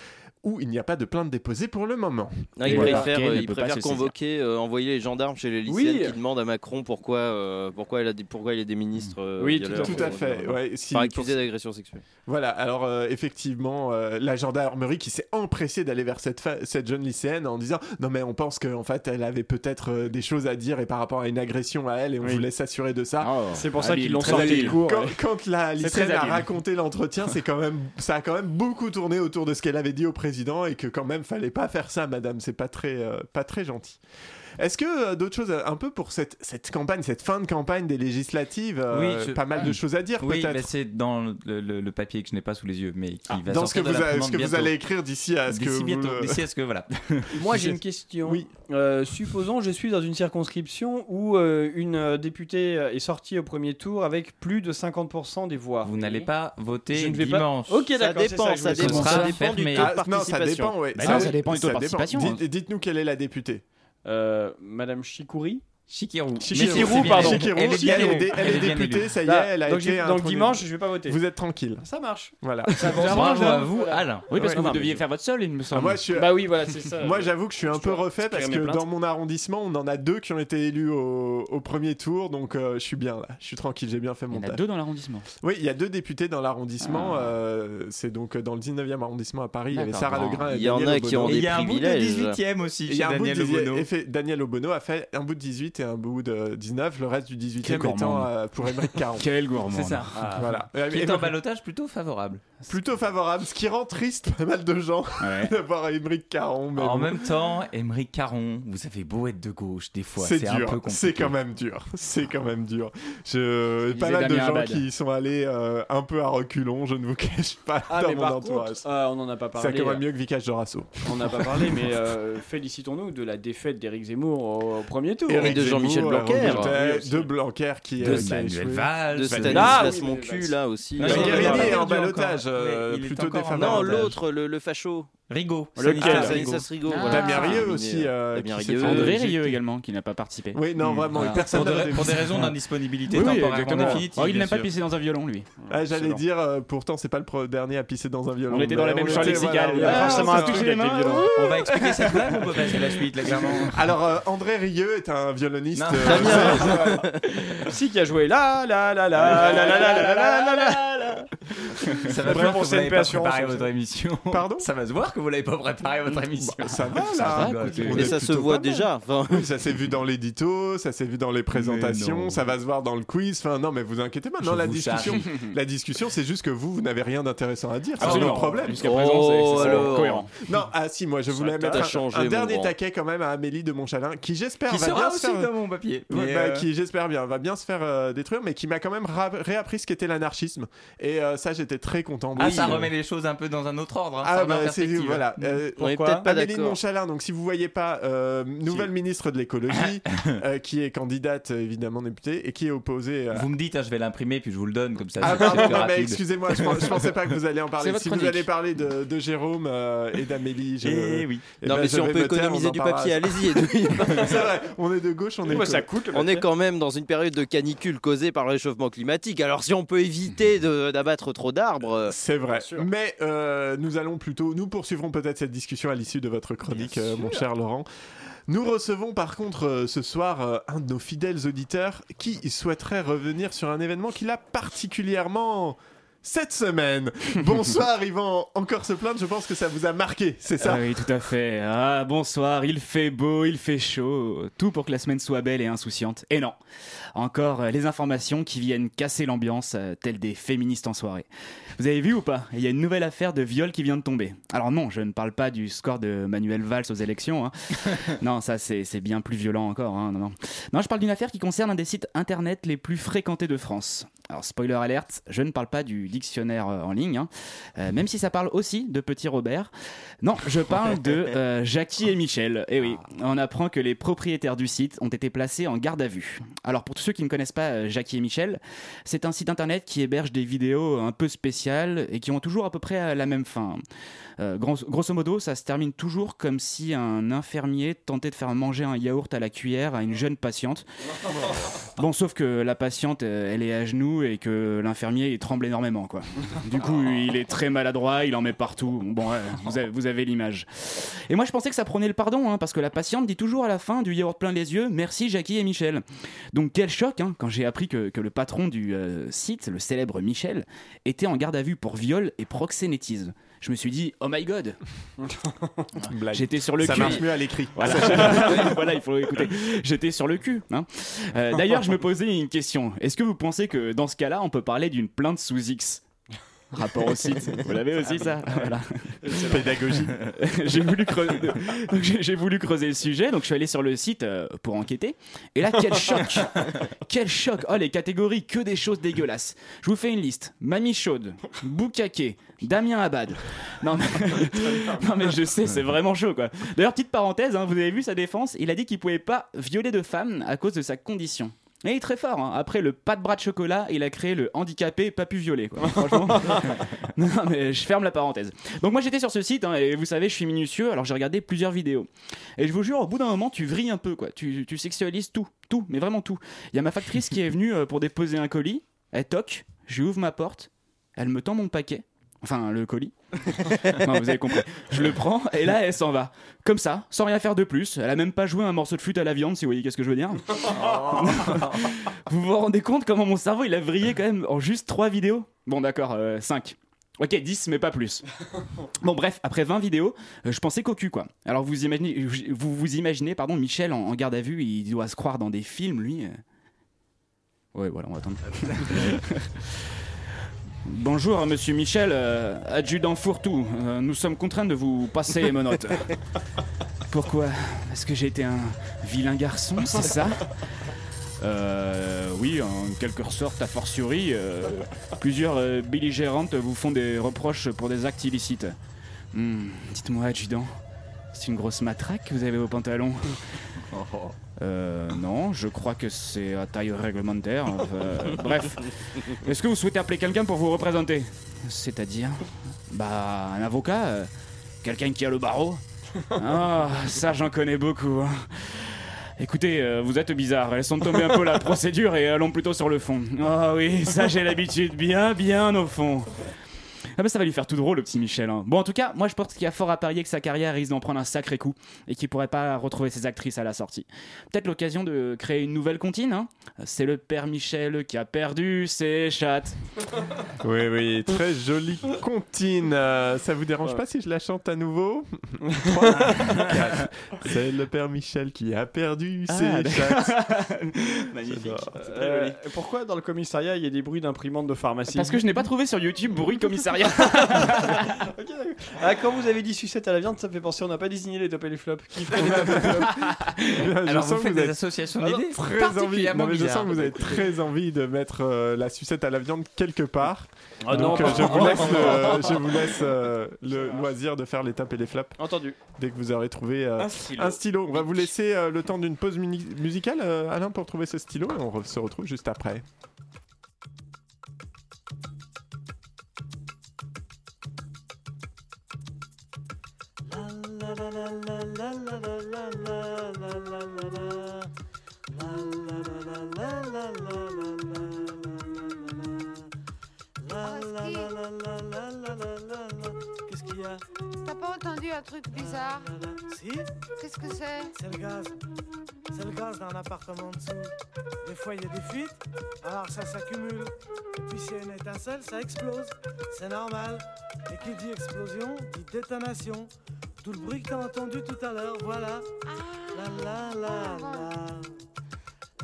Speaker 9: où il n'y a pas de plainte déposée pour le moment.
Speaker 12: Non, il
Speaker 10: Et voilà.
Speaker 12: préfère, euh,
Speaker 10: Kane ne
Speaker 12: il
Speaker 10: peut pas
Speaker 12: préfère
Speaker 10: se saisir.
Speaker 12: convoquer, euh, envoyer les gendarmes chez les lycéens
Speaker 1: Oui.
Speaker 12: qui demandent à Macron pourquoi, euh, pourquoi, il a des- pourquoi il est des ministres. euh,
Speaker 1: Oui,
Speaker 12: violeurs,
Speaker 9: Tout à
Speaker 12: euh,
Speaker 9: fait.
Speaker 12: voilà.
Speaker 9: ouais. Si-
Speaker 12: Par accusé d'agression sexuelle.
Speaker 9: Voilà, alors euh, effectivement, euh, la gendarmerie qui s'est empressée d'aller vers cette, fa- cette jeune lycéenne en disant Non, mais on pense qu'en fait, elle avait peut-être euh, des choses à dire et par rapport à une agression à elle, et on
Speaker 1: Oui.
Speaker 9: voulait s'assurer de
Speaker 11: Ah,
Speaker 9: ça.
Speaker 10: Ah.
Speaker 1: C'est pour ça qu'ils l'ont
Speaker 10: très
Speaker 1: sorti de
Speaker 10: habile.
Speaker 1: cours.
Speaker 9: Quand,
Speaker 1: ouais.
Speaker 9: quand la lycéenne
Speaker 10: très
Speaker 9: a
Speaker 10: habile.
Speaker 9: raconté l'entretien, c'est quand même, ça a quand même beaucoup tourné autour de ce qu'elle avait dit au président et que quand même fallait pas faire ça, madame. C'est pas très, euh, pas très gentil. Est-ce que euh, d'autres choses euh, un peu pour cette, cette campagne, cette fin de campagne des législatives, euh,
Speaker 11: Oui, je-
Speaker 9: pas mal
Speaker 11: [CLEARS THROAT]
Speaker 9: de choses à dire
Speaker 11: Oui, mais
Speaker 9: peut-être.
Speaker 11: c'est dans le, le- le papier que je n'ai pas sous les yeux, mais qui va
Speaker 9: Ah, Dans ce que,
Speaker 11: sortir
Speaker 9: vous,
Speaker 11: de
Speaker 9: a-
Speaker 11: la
Speaker 9: ce
Speaker 11: commande
Speaker 9: que vous
Speaker 11: bientôt.
Speaker 9: allez écrire d'ici à ce que
Speaker 11: D'ici
Speaker 9: vous
Speaker 11: bientôt,
Speaker 9: le-
Speaker 11: d'ici à ce
Speaker 9: [LAUGHS]
Speaker 11: que voilà.
Speaker 1: Moi, j'ai une question.
Speaker 9: Oui.
Speaker 1: Euh, supposons, je suis dans une circonscription où euh, une euh, députée euh, est sortie au premier tour avec plus de 50% des voix.
Speaker 11: Vous n'allez pas voter
Speaker 1: Je ne vais pas-
Speaker 11: dimanche.
Speaker 1: Ok,
Speaker 12: Ça
Speaker 1: d'accord. c'est
Speaker 12: dépend,
Speaker 1: je voulais savoir.
Speaker 12: ça dépend,
Speaker 11: Ce
Speaker 12: ça
Speaker 11: sera
Speaker 12: dépend du
Speaker 11: fermé.
Speaker 12: taux
Speaker 9: Ah,
Speaker 12: de
Speaker 9: non, ça
Speaker 12: participation.
Speaker 9: dépend, ouais.
Speaker 10: Bah
Speaker 9: Ah
Speaker 10: non,
Speaker 9: oui,
Speaker 10: ça dépend du taux de
Speaker 9: dépend.
Speaker 10: participation,
Speaker 9: Dites- Dites-nous quelle est la députée.
Speaker 1: Euh, Madame Chikouri.
Speaker 11: Chikirou.
Speaker 1: Chikirou,
Speaker 11: Mais c'est bien,
Speaker 1: pardon.
Speaker 11: elle est-
Speaker 9: Chikirou,
Speaker 11: Elle est bien
Speaker 9: elle est
Speaker 11: élue.
Speaker 9: dé- elle est
Speaker 11: bien
Speaker 9: députée,
Speaker 11: élue.
Speaker 9: ça y est,
Speaker 1: Là,
Speaker 9: elle a
Speaker 1: Bah, donc,
Speaker 9: été
Speaker 1: j'ai- donc
Speaker 9: introduite.
Speaker 1: dimanche, je vais pas voter.
Speaker 9: Vous êtes tranquille.
Speaker 1: Ça marche.
Speaker 9: Voilà.
Speaker 11: Bravo à
Speaker 1: Voilà.
Speaker 11: vous, Alain.
Speaker 10: Oui, parce que
Speaker 1: Ouais, non,
Speaker 10: vous
Speaker 1: mais
Speaker 10: deviez
Speaker 1: je-
Speaker 10: faire votre seul, il me
Speaker 9: Ah,
Speaker 10: semble.
Speaker 9: moi, je suis-
Speaker 1: Bah oui, voilà, c'est ça.
Speaker 9: moi,
Speaker 1: Euh,
Speaker 9: j'avoue que je suis un
Speaker 1: je
Speaker 9: peu
Speaker 1: dois
Speaker 9: refait parce
Speaker 1: exprimer
Speaker 9: que
Speaker 1: mes
Speaker 9: dans
Speaker 1: plaintes.
Speaker 9: mon arrondissement, on en a deux qui ont été élus au, au premier tour, donc euh, je suis bien là, je suis tranquille, j'ai bien fait
Speaker 10: Il y
Speaker 9: mon
Speaker 10: en a
Speaker 9: taf.
Speaker 10: deux dans l'arrondissement.
Speaker 9: Oui, il y a deux députés dans l'arrondissement, euh, c'est donc euh, dans le 19e arrondissement à Paris, il y avait
Speaker 10: D'accord,
Speaker 9: Sarah
Speaker 10: bon.
Speaker 9: Legrain et
Speaker 12: Il y en
Speaker 9: Daniel
Speaker 12: a qui
Speaker 9: Obono.
Speaker 12: ont
Speaker 11: Et
Speaker 12: des
Speaker 11: il y a un bout de
Speaker 12: privilèges.
Speaker 11: 18ème aussi
Speaker 9: Et il
Speaker 11: chez
Speaker 9: y a un bout de
Speaker 11: Daniel
Speaker 9: 18
Speaker 11: Obono.
Speaker 9: et fait- Daniel Obono a fait un bout de 18 et un bout de 19, le reste du 18e
Speaker 10: Quel
Speaker 9: étant
Speaker 10: gourmand.
Speaker 9: euh, pour Émeric Caron.
Speaker 10: Quel gourmand.
Speaker 11: C'est ça. Ah.
Speaker 9: voilà. Euh,
Speaker 11: Qui
Speaker 9: et-
Speaker 11: est un balotage plutôt favorable.
Speaker 9: plutôt favorable, ce qui rend triste pas mal de gens [LAUGHS]
Speaker 10: Ouais.
Speaker 9: d'avoir Émeric Caron. Mais
Speaker 11: En
Speaker 9: bon,
Speaker 11: même temps, Émeric Caron, vous avez beau être de gauche des fois,
Speaker 9: c'est
Speaker 11: c'est un peu
Speaker 9: dur,
Speaker 11: compliqué.
Speaker 9: c'est quand même dur, c'est quand même dur. Je,
Speaker 10: disait
Speaker 9: pas mal de
Speaker 10: Damien
Speaker 9: gens
Speaker 10: Abad.
Speaker 9: qui sont allés euh, un peu à reculons, je ne vous [LAUGHS] cache pas,
Speaker 1: Ah,
Speaker 9: dans
Speaker 1: mais
Speaker 9: mon
Speaker 1: par
Speaker 9: entourage.
Speaker 1: contre, euh, on n'en a pas
Speaker 9: ça
Speaker 1: parlé.
Speaker 9: quand même mieux que Vicage Dorasso.
Speaker 1: On n'a pas parlé,
Speaker 9: [LAUGHS]
Speaker 1: mais euh, félicitons-nous de la défaite d'Éric Zemmour au, au premier tour.
Speaker 9: Éric
Speaker 12: de Jean-Michel
Speaker 9: Zemmour,
Speaker 12: Blanquer.
Speaker 9: Éric Duterte,
Speaker 1: Oui, aussi.
Speaker 9: de Blanquer qui
Speaker 11: De
Speaker 9: euh, qui a
Speaker 11: Manuel
Speaker 9: échoué.
Speaker 11: Valls.
Speaker 12: De
Speaker 9: Bah,
Speaker 12: Stanislas
Speaker 10: Ah
Speaker 1: oui, mais
Speaker 12: mon
Speaker 1: bah,
Speaker 12: cul,
Speaker 1: c'est-
Speaker 12: là aussi.
Speaker 11: Non,
Speaker 9: Mais
Speaker 12: Euh,
Speaker 11: il y
Speaker 9: Guérini
Speaker 11: avait
Speaker 9: est en
Speaker 11: perdu
Speaker 9: balotage,
Speaker 11: encore.
Speaker 9: euh,
Speaker 11: Mais il est
Speaker 9: plutôt
Speaker 11: encore en
Speaker 9: défavorable.
Speaker 12: Non,
Speaker 11: balotage.
Speaker 12: l'autre, le, le facho.
Speaker 11: Rigaud.
Speaker 1: Lequel
Speaker 12: Ah,
Speaker 11: Stanislas Rigaud.
Speaker 12: Stanislas Rigaud.
Speaker 7: Ah.
Speaker 12: voilà.
Speaker 9: Damien Rieu aussi.
Speaker 12: Éliminé,
Speaker 9: euh,
Speaker 12: Damien
Speaker 9: qui s'est
Speaker 12: Rieu.
Speaker 9: fait
Speaker 10: [LAUGHS] André
Speaker 9: éjecter.
Speaker 10: Rieu également, qui n'a pas participé. Mmh. Ah.
Speaker 9: Oui, non, vraiment,
Speaker 10: Voilà.
Speaker 9: personne
Speaker 11: Pour
Speaker 9: n'a
Speaker 11: des, pour des
Speaker 9: défini.
Speaker 11: raisons d'indisponibilité
Speaker 9: Oui, oui,
Speaker 11: temporaire
Speaker 9: exactement.
Speaker 11: indéfinitive,
Speaker 10: Oh, il
Speaker 11: bien
Speaker 10: n'a pas
Speaker 11: sûr.
Speaker 10: pissé dans un violon, lui.
Speaker 9: Ah, J'allais
Speaker 10: Excellent.
Speaker 9: dire, euh, pourtant, c'est pas le pre- dernier à pisser dans un violon.
Speaker 10: On était dans la
Speaker 9: Mais
Speaker 10: même
Speaker 9: on
Speaker 10: chambre, les
Speaker 9: était-
Speaker 10: cigales.
Speaker 9: voilà,
Speaker 10: Ah,
Speaker 9: on
Speaker 10: forcément,
Speaker 9: s'est
Speaker 10: un truc
Speaker 9: tous
Speaker 10: avec
Speaker 9: les
Speaker 10: les
Speaker 9: mains.
Speaker 10: violons.
Speaker 11: On va expliquer cette blague ou on peut passer à la suite, là, clairement
Speaker 9: Alors, euh, André Rieu est un violoniste.
Speaker 11: Non.
Speaker 9: euh,
Speaker 11: Très bien.
Speaker 1: [LAUGHS] Si qui a joué là, là, là, là, là, là, là, là, là, là, là. [LAUGHS]
Speaker 11: Ça
Speaker 1: Vraiment,
Speaker 11: va se voir que vous
Speaker 1: c'est
Speaker 11: n'avez
Speaker 1: une
Speaker 11: pas
Speaker 1: passion,
Speaker 11: préparé
Speaker 1: ça.
Speaker 11: votre émission.
Speaker 9: Pardon
Speaker 11: Ça va se voir que vous l'avez pas préparé votre émission.
Speaker 9: Bah, ça va,
Speaker 11: Ça
Speaker 9: là.
Speaker 11: va,
Speaker 9: Écoute,
Speaker 11: écoutez.
Speaker 9: on
Speaker 12: Mais
Speaker 9: est
Speaker 12: ça se
Speaker 9: Euh, plutôt
Speaker 12: voit
Speaker 9: pas mal.
Speaker 12: déjà. Enfin,
Speaker 9: Oui, ça s'est vu dans l'édito, ça s'est vu dans les présentations,
Speaker 11: non.
Speaker 9: ça va se voir dans le quiz. Enfin, non, mais vous inquiétez pas. Non,
Speaker 11: Je
Speaker 9: la
Speaker 11: vous
Speaker 9: discussion, la discussion, c'est juste que vous, vous n'avez rien d'intéressant à dire. C'est
Speaker 10: Absolument.
Speaker 9: le problème.
Speaker 10: Jusqu'à présent, c'est-
Speaker 12: Oh,
Speaker 10: c'est
Speaker 12: alors.
Speaker 10: cohérent.
Speaker 9: Non, ah si, moi, je voulais
Speaker 12: t'a
Speaker 9: mettre un,
Speaker 12: changé,
Speaker 9: un
Speaker 12: mon
Speaker 9: dernier
Speaker 12: grand.
Speaker 9: taquet quand même à Amélie de Montchalin, qui j'espère
Speaker 11: Qui
Speaker 9: va bien
Speaker 11: sera
Speaker 9: se
Speaker 11: aussi
Speaker 9: faire.
Speaker 11: dans mon papier.
Speaker 9: Ouais,
Speaker 11: Mais,
Speaker 9: bah,
Speaker 11: euh,
Speaker 9: Qui j'espère bien va bien se faire euh, détruire, mais qui m'a quand même ra- réappris ce qu'était l'anarchisme. Et euh, ça, j'étais très content.
Speaker 11: Ah,
Speaker 9: Oui,
Speaker 11: ça
Speaker 9: euh,
Speaker 11: remet les choses un peu dans un autre ordre. hein, ça
Speaker 9: Ah
Speaker 11: remet en
Speaker 9: bah c'est
Speaker 11: perspective.
Speaker 9: voilà. Euh,
Speaker 12: on est
Speaker 1: Pourquoi
Speaker 12: peut-être pas
Speaker 9: Amélie de
Speaker 12: d'accord.
Speaker 9: Montchalin, donc si vous voyez pas, euh, nouvelle ministre de l'écologie, euh, qui est candidate euh, évidemment députée et qui est opposée. euh,
Speaker 11: Vous me dites, hein, je vais l'imprimer puis je vous le donne comme ça.
Speaker 9: Ah
Speaker 11: c'est-
Speaker 9: pardon,
Speaker 11: c'est
Speaker 9: non,
Speaker 11: plus
Speaker 9: mais
Speaker 11: rapide.
Speaker 9: excusez-moi, je, pens- je pensais pas que vous alliez en parler.
Speaker 10: C'est votre
Speaker 9: Si vous
Speaker 10: chronique.
Speaker 9: allez parler de, de Jérôme euh, et d'Amélie, je...
Speaker 11: Eh oui.
Speaker 9: eh
Speaker 12: non,
Speaker 9: ben,
Speaker 12: mais
Speaker 9: je
Speaker 12: si on
Speaker 9: vais
Speaker 12: peut
Speaker 9: me taire,
Speaker 12: économiser
Speaker 9: on
Speaker 12: du
Speaker 9: en parlera.
Speaker 12: papier, allez-y. Edoui.
Speaker 9: [LAUGHS] C'est vrai, on est de gauche, on est.
Speaker 1: Moi, ça
Speaker 9: écolo.
Speaker 1: coûte. le
Speaker 12: On est
Speaker 1: papier.
Speaker 12: quand même dans une période de canicule causée par le réchauffement climatique. Alors si on peut
Speaker 11: Mm-hmm.
Speaker 12: éviter de- d'abattre trop d'arbres, euh,
Speaker 9: C'est vrai.
Speaker 1: sûr.
Speaker 9: Mais euh, nous allons plutôt, nous poursuivrons peut-être cette discussion à l'issue de votre chronique, euh, mon cher Laurent. Nous recevons par contre euh, ce soir euh, un de nos fidèles auditeurs qui souhaiterait revenir sur un événement qu'il a particulièrement
Speaker 10: [LAUGHS]
Speaker 9: cette semaine. Bonsoir Yvan, encore se plaindre, je pense que ça vous a marqué, c'est ça
Speaker 10: Ah oui, tout à fait. Ah, bonsoir, il fait beau, il fait chaud. Tout pour que la semaine soit belle et insouciante. Et non. Encore euh, les informations qui viennent casser l'ambiance, euh, telles des féministes en soirée. Vous avez vu ou pas Il y a une nouvelle affaire de viol qui vient de tomber. Alors non, je ne parle pas du score de Manuel Valls aux élections.
Speaker 9: [LAUGHS]
Speaker 10: hein. non, ça c'est c'est bien plus violent encore. hein. Non, non. non, je parle d'une affaire qui concerne un des sites internet les plus fréquentés de France. Alors spoiler alerte, je ne parle pas du du dictionnaire euh, en ligne, hein. Euh, même si ça parle aussi de Petit Robert. Non, je parle de euh, Jackie et Michel. Et oui, on apprend que les propriétaires du site ont été placés en garde à vue. Alors pour tous ceux qui ne connaissent pas euh, Jackie et Michel, c'est un site internet qui héberge des vidéos un peu spéciales et qui ont toujours à peu près euh, la même fin. Euh, gros- grosso modo, ça se termine toujours comme si un infirmier tentait de faire manger un yaourt à la cuillère à une jeune patiente. Bon, sauf que la patiente, euh, elle est à genoux et que l'infirmier, il tremble énormément, quoi. Du coup, il est très maladroit, il en met partout. Bon, ouais, vous avez, vous avez l'image. Et moi, je pensais que ça prenait le pardon, hein, parce que la patiente dit toujours à la fin du yaourt plein les yeux, merci Jackie et Michel. Donc, quel choc, hein, quand j'ai appris que, que le patron du euh, site, le célèbre Michel, était en garde à vue pour viol et proxénétisme. Je me suis dit, oh my
Speaker 9: [LAUGHS]
Speaker 10: god! J'étais sur le
Speaker 9: Ça
Speaker 10: cul.
Speaker 9: marche mieux à l'écrit.
Speaker 10: Voilà, [LAUGHS] Voilà, il faut écouter. J'étais sur le cul. hein. Euh, D'ailleurs, je me posais une question. Est-ce que vous pensez que dans ce cas-là, on peut parler d'une plainte sous X Rapport au site. Vous l'avez aussi, ça Voilà.
Speaker 9: Pédagogie.
Speaker 10: [LAUGHS] j'ai voulu, creuser, donc j'ai- j'ai voulu creuser le sujet, donc je suis allé sur le site euh, pour enquêter. Et là, quel choc Quel choc Oh, les catégories, que des choses dégueulasses. Je vous fais une liste. Mamie chaude, Boukaké, Damien Abad. Non mais, [LAUGHS] non, mais je sais, c'est vraiment chaud, quoi. D'ailleurs, petite parenthèse, hein, vous avez vu sa défense, il a dit qu'il pouvait pas violer de femmes à cause de sa condition. Et il est très fort. hein. Après le pas de bras de chocolat, il a créé le handicapé pas pu violer. Quoi. Franchement, [LAUGHS] non, mais je ferme la parenthèse. Donc moi j'étais sur ce site hein, et vous savez je suis minutieux alors j'ai regardé plusieurs vidéos. Et je vous jure au bout d'un moment tu vrilles un peu quoi, tu, tu sexualises tout, tout, mais vraiment tout. Il y a ma factrice qui est venue euh, pour déposer un colis, elle toque, je lui ouvre ma porte, elle me tend mon paquet, enfin le colis. non vous avez compris. Je le prends et là elle s'en va. Comme ça, sans rien faire de plus, elle a même pas joué un morceau de flûte à la viande si vous voyez qu'est-ce que je veux dire. vous vous rendez compte comment mon cerveau il a vrillé quand même en juste 3 vidéos Bon d'accord, 5. Ok, 10, mais pas plus. Bon, bref, après 20 vidéos, euh, je pensais cocu, quoi. Alors, vous imaginez, vous, vous imaginez pardon, Michel en, en garde à vue, il doit se croire dans des films, lui. euh. Ouais, voilà, on va attendre. Bonjour, monsieur Michel, euh, adjudant fourre-tout. Euh, nous sommes contraints de vous passer les menottes. Pourquoi Parce que j'ai été un vilain garçon, c'est ça euh, oui, en quelque sorte, a fortiori, euh, plusieurs euh, belligérantes vous font des reproches pour des actes illicites. Hmm, Dites-moi, adjudant, c'est une grosse matraque que vous avez au pantalon Euh, non, je crois que c'est à taille réglementaire. euh, bref, est-ce que vous souhaitez appeler quelqu'un pour vous représenter C'est-à-dire Bah, un avocat euh, Quelqu'un qui a le barreau Ah, ça j'en connais beaucoup. hein. Écoutez, euh, vous êtes bizarre. Laissons tomber un peu la procédure et allons plutôt sur le fond. Ah oui, ça j'ai l'habitude, bien, bien au fond. Ah bah ça va lui faire tout drôle, le petit Michel. hein. Bon, en tout cas, moi je pense qu'il y a fort à parier que sa carrière risque d'en prendre un sacré coup et qu'il pourrait pas retrouver ses actrices à la sortie. Peut-être l'occasion de créer une nouvelle comptine. hein. C'est le père Michel qui a perdu ses chattes.
Speaker 9: Oui, oui, très jolie comptine. Euh, ça vous dérange pas si je la chante à
Speaker 11: [LAUGHS]
Speaker 9: nouveau Trois, quatre. C'est le père Michel qui a perdu
Speaker 11: Ah,
Speaker 9: ses chats.
Speaker 10: Magnifique.
Speaker 9: J'adore.
Speaker 1: Euh, pourquoi dans le commissariat il y a des bruits d'imprimantes de pharmacie
Speaker 10: Parce que je n'ai pas trouvé sur YouTube bruit [LAUGHS] commissariat.
Speaker 1: Ok, d'accord. ah, quand vous avez dit sucette à la viande, ça me fait penser, on n'a pas désigné les top et les flops. Qui ferait les top et les flops
Speaker 9: Je
Speaker 11: [LAUGHS] Alors, vous
Speaker 9: sens que
Speaker 11: faites
Speaker 9: vous
Speaker 11: des
Speaker 9: avez
Speaker 11: associations
Speaker 9: Ah non,
Speaker 11: d'idées
Speaker 9: très envie.
Speaker 11: particulièrement
Speaker 9: Non, mais je sens
Speaker 11: bizarres.
Speaker 9: que vous avez très envie de mettre euh, la sucette à la viande quelque part.
Speaker 1: Ah
Speaker 9: Donc,
Speaker 1: non,
Speaker 9: euh, je
Speaker 1: pas-
Speaker 9: vous laisse,
Speaker 11: [LAUGHS]
Speaker 9: le, je vous laisse, euh, le loisir de faire les tapes et les flaps
Speaker 1: Entendu.
Speaker 9: dès que vous aurez trouvé euh,
Speaker 11: Un
Speaker 9: un stylo. On va vous laisser euh, le temps d'une pause muni- musicale, euh, Alain, pour trouver ce stylo et on re- se retrouve juste après.
Speaker 2: Qu'est-ce qu'il y a
Speaker 13: T'as pas entendu un truc bizarre
Speaker 2: Si,
Speaker 13: Qu'est-ce que c'est
Speaker 2: c'est le gaz. C'est le gaz d'un appartement en dessous. Des fois, il y a des fuites, alors ça s'accumule. Et puis, s'il y a une étincelle, ça explose. C'est normal. Et qui dit explosion, dit détonation. Tout le bruit que t'as entendu tout à l'heure, voilà. La la la la.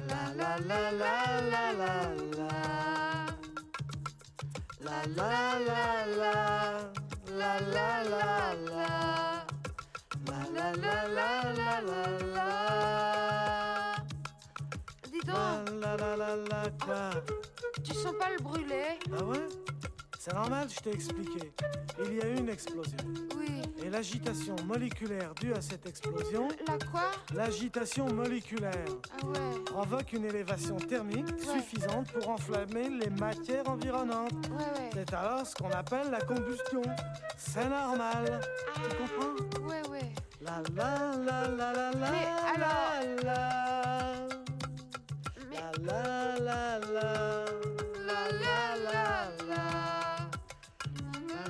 Speaker 2: La la la la la la la. La la la la. La la la la. La la la la la la.
Speaker 13: Dis
Speaker 2: La
Speaker 13: donc,
Speaker 2: la la la la quoi
Speaker 13: tu sens pas le brûlé
Speaker 2: Ah ouais
Speaker 11: C'est normal, je t'ai expliqué. Il y a eu une explosion.
Speaker 13: Oui.
Speaker 11: Et l'agitation moléculaire due à cette explosion.
Speaker 13: La quoi
Speaker 11: L'agitation moléculaire
Speaker 13: Ah ouais.
Speaker 11: provoque une élévation thermique suffisante pour enflammer les matières environnantes.
Speaker 13: Ouais, ouais.
Speaker 11: C'est alors ce qu'on appelle la combustion. C'est normal. Tu comprends
Speaker 13: Ouais, ouais.
Speaker 11: La la la la la la.
Speaker 13: Mais alors-
Speaker 11: la, la. La la la la.
Speaker 13: La la la la. La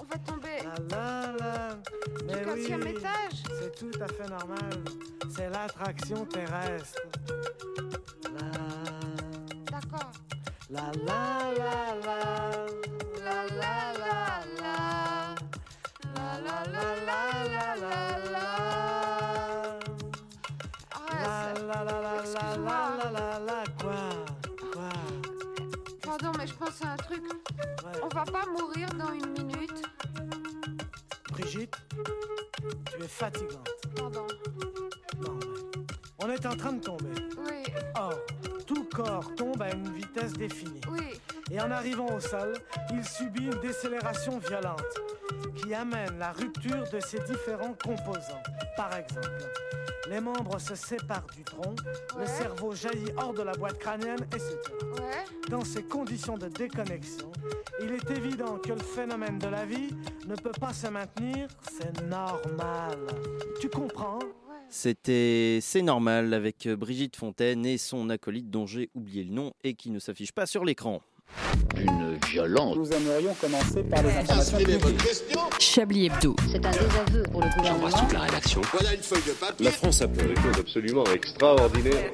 Speaker 13: on va tomber
Speaker 11: la la.
Speaker 13: du
Speaker 11: Ah, Mais
Speaker 13: quatrième
Speaker 11: oui,
Speaker 13: étage
Speaker 11: C'est tout à fait normal. C'est l'attraction terrestre.
Speaker 13: D'accord.
Speaker 11: La la la la.
Speaker 13: La la la la. La la la la la la la. Ah
Speaker 11: La la la la la la la la la quoi quoi
Speaker 13: Pardon, mais je pense à un truc. On va pas mourir dans une minute.
Speaker 11: Brigitte, tu es fatigante.
Speaker 13: Pardon.
Speaker 11: On est en train de tomber.
Speaker 13: Oui,
Speaker 11: Or, tout corps tombe à une vitesse définie.
Speaker 13: oui.
Speaker 11: Et en arrivant au sol, il subit une décélération violente qui amène la rupture de ses différents composants. Par exemple, les membres se séparent du tronc, le
Speaker 13: Ouais.
Speaker 11: cerveau jaillit hors de la boîte crânienne, etc.
Speaker 13: Ouais.
Speaker 11: Dans ces conditions de déconnexion, il est évident que le phénomène de la vie ne peut pas se maintenir, c'est normal. Tu comprends
Speaker 12: C'était C'est normal avec Brigitte Fontaine et son acolyte dont j'ai oublié le nom et qui ne s'affiche pas sur l'écran. Une violence.
Speaker 14: Nous aimerions commencer par les informations
Speaker 7: Chablis Hebdo. C'est un désaveu pour le gouvernement.
Speaker 15: toute la rédaction. Voilà une feuille de papier.
Speaker 3: La France a fait des choses absolument extraordinaires.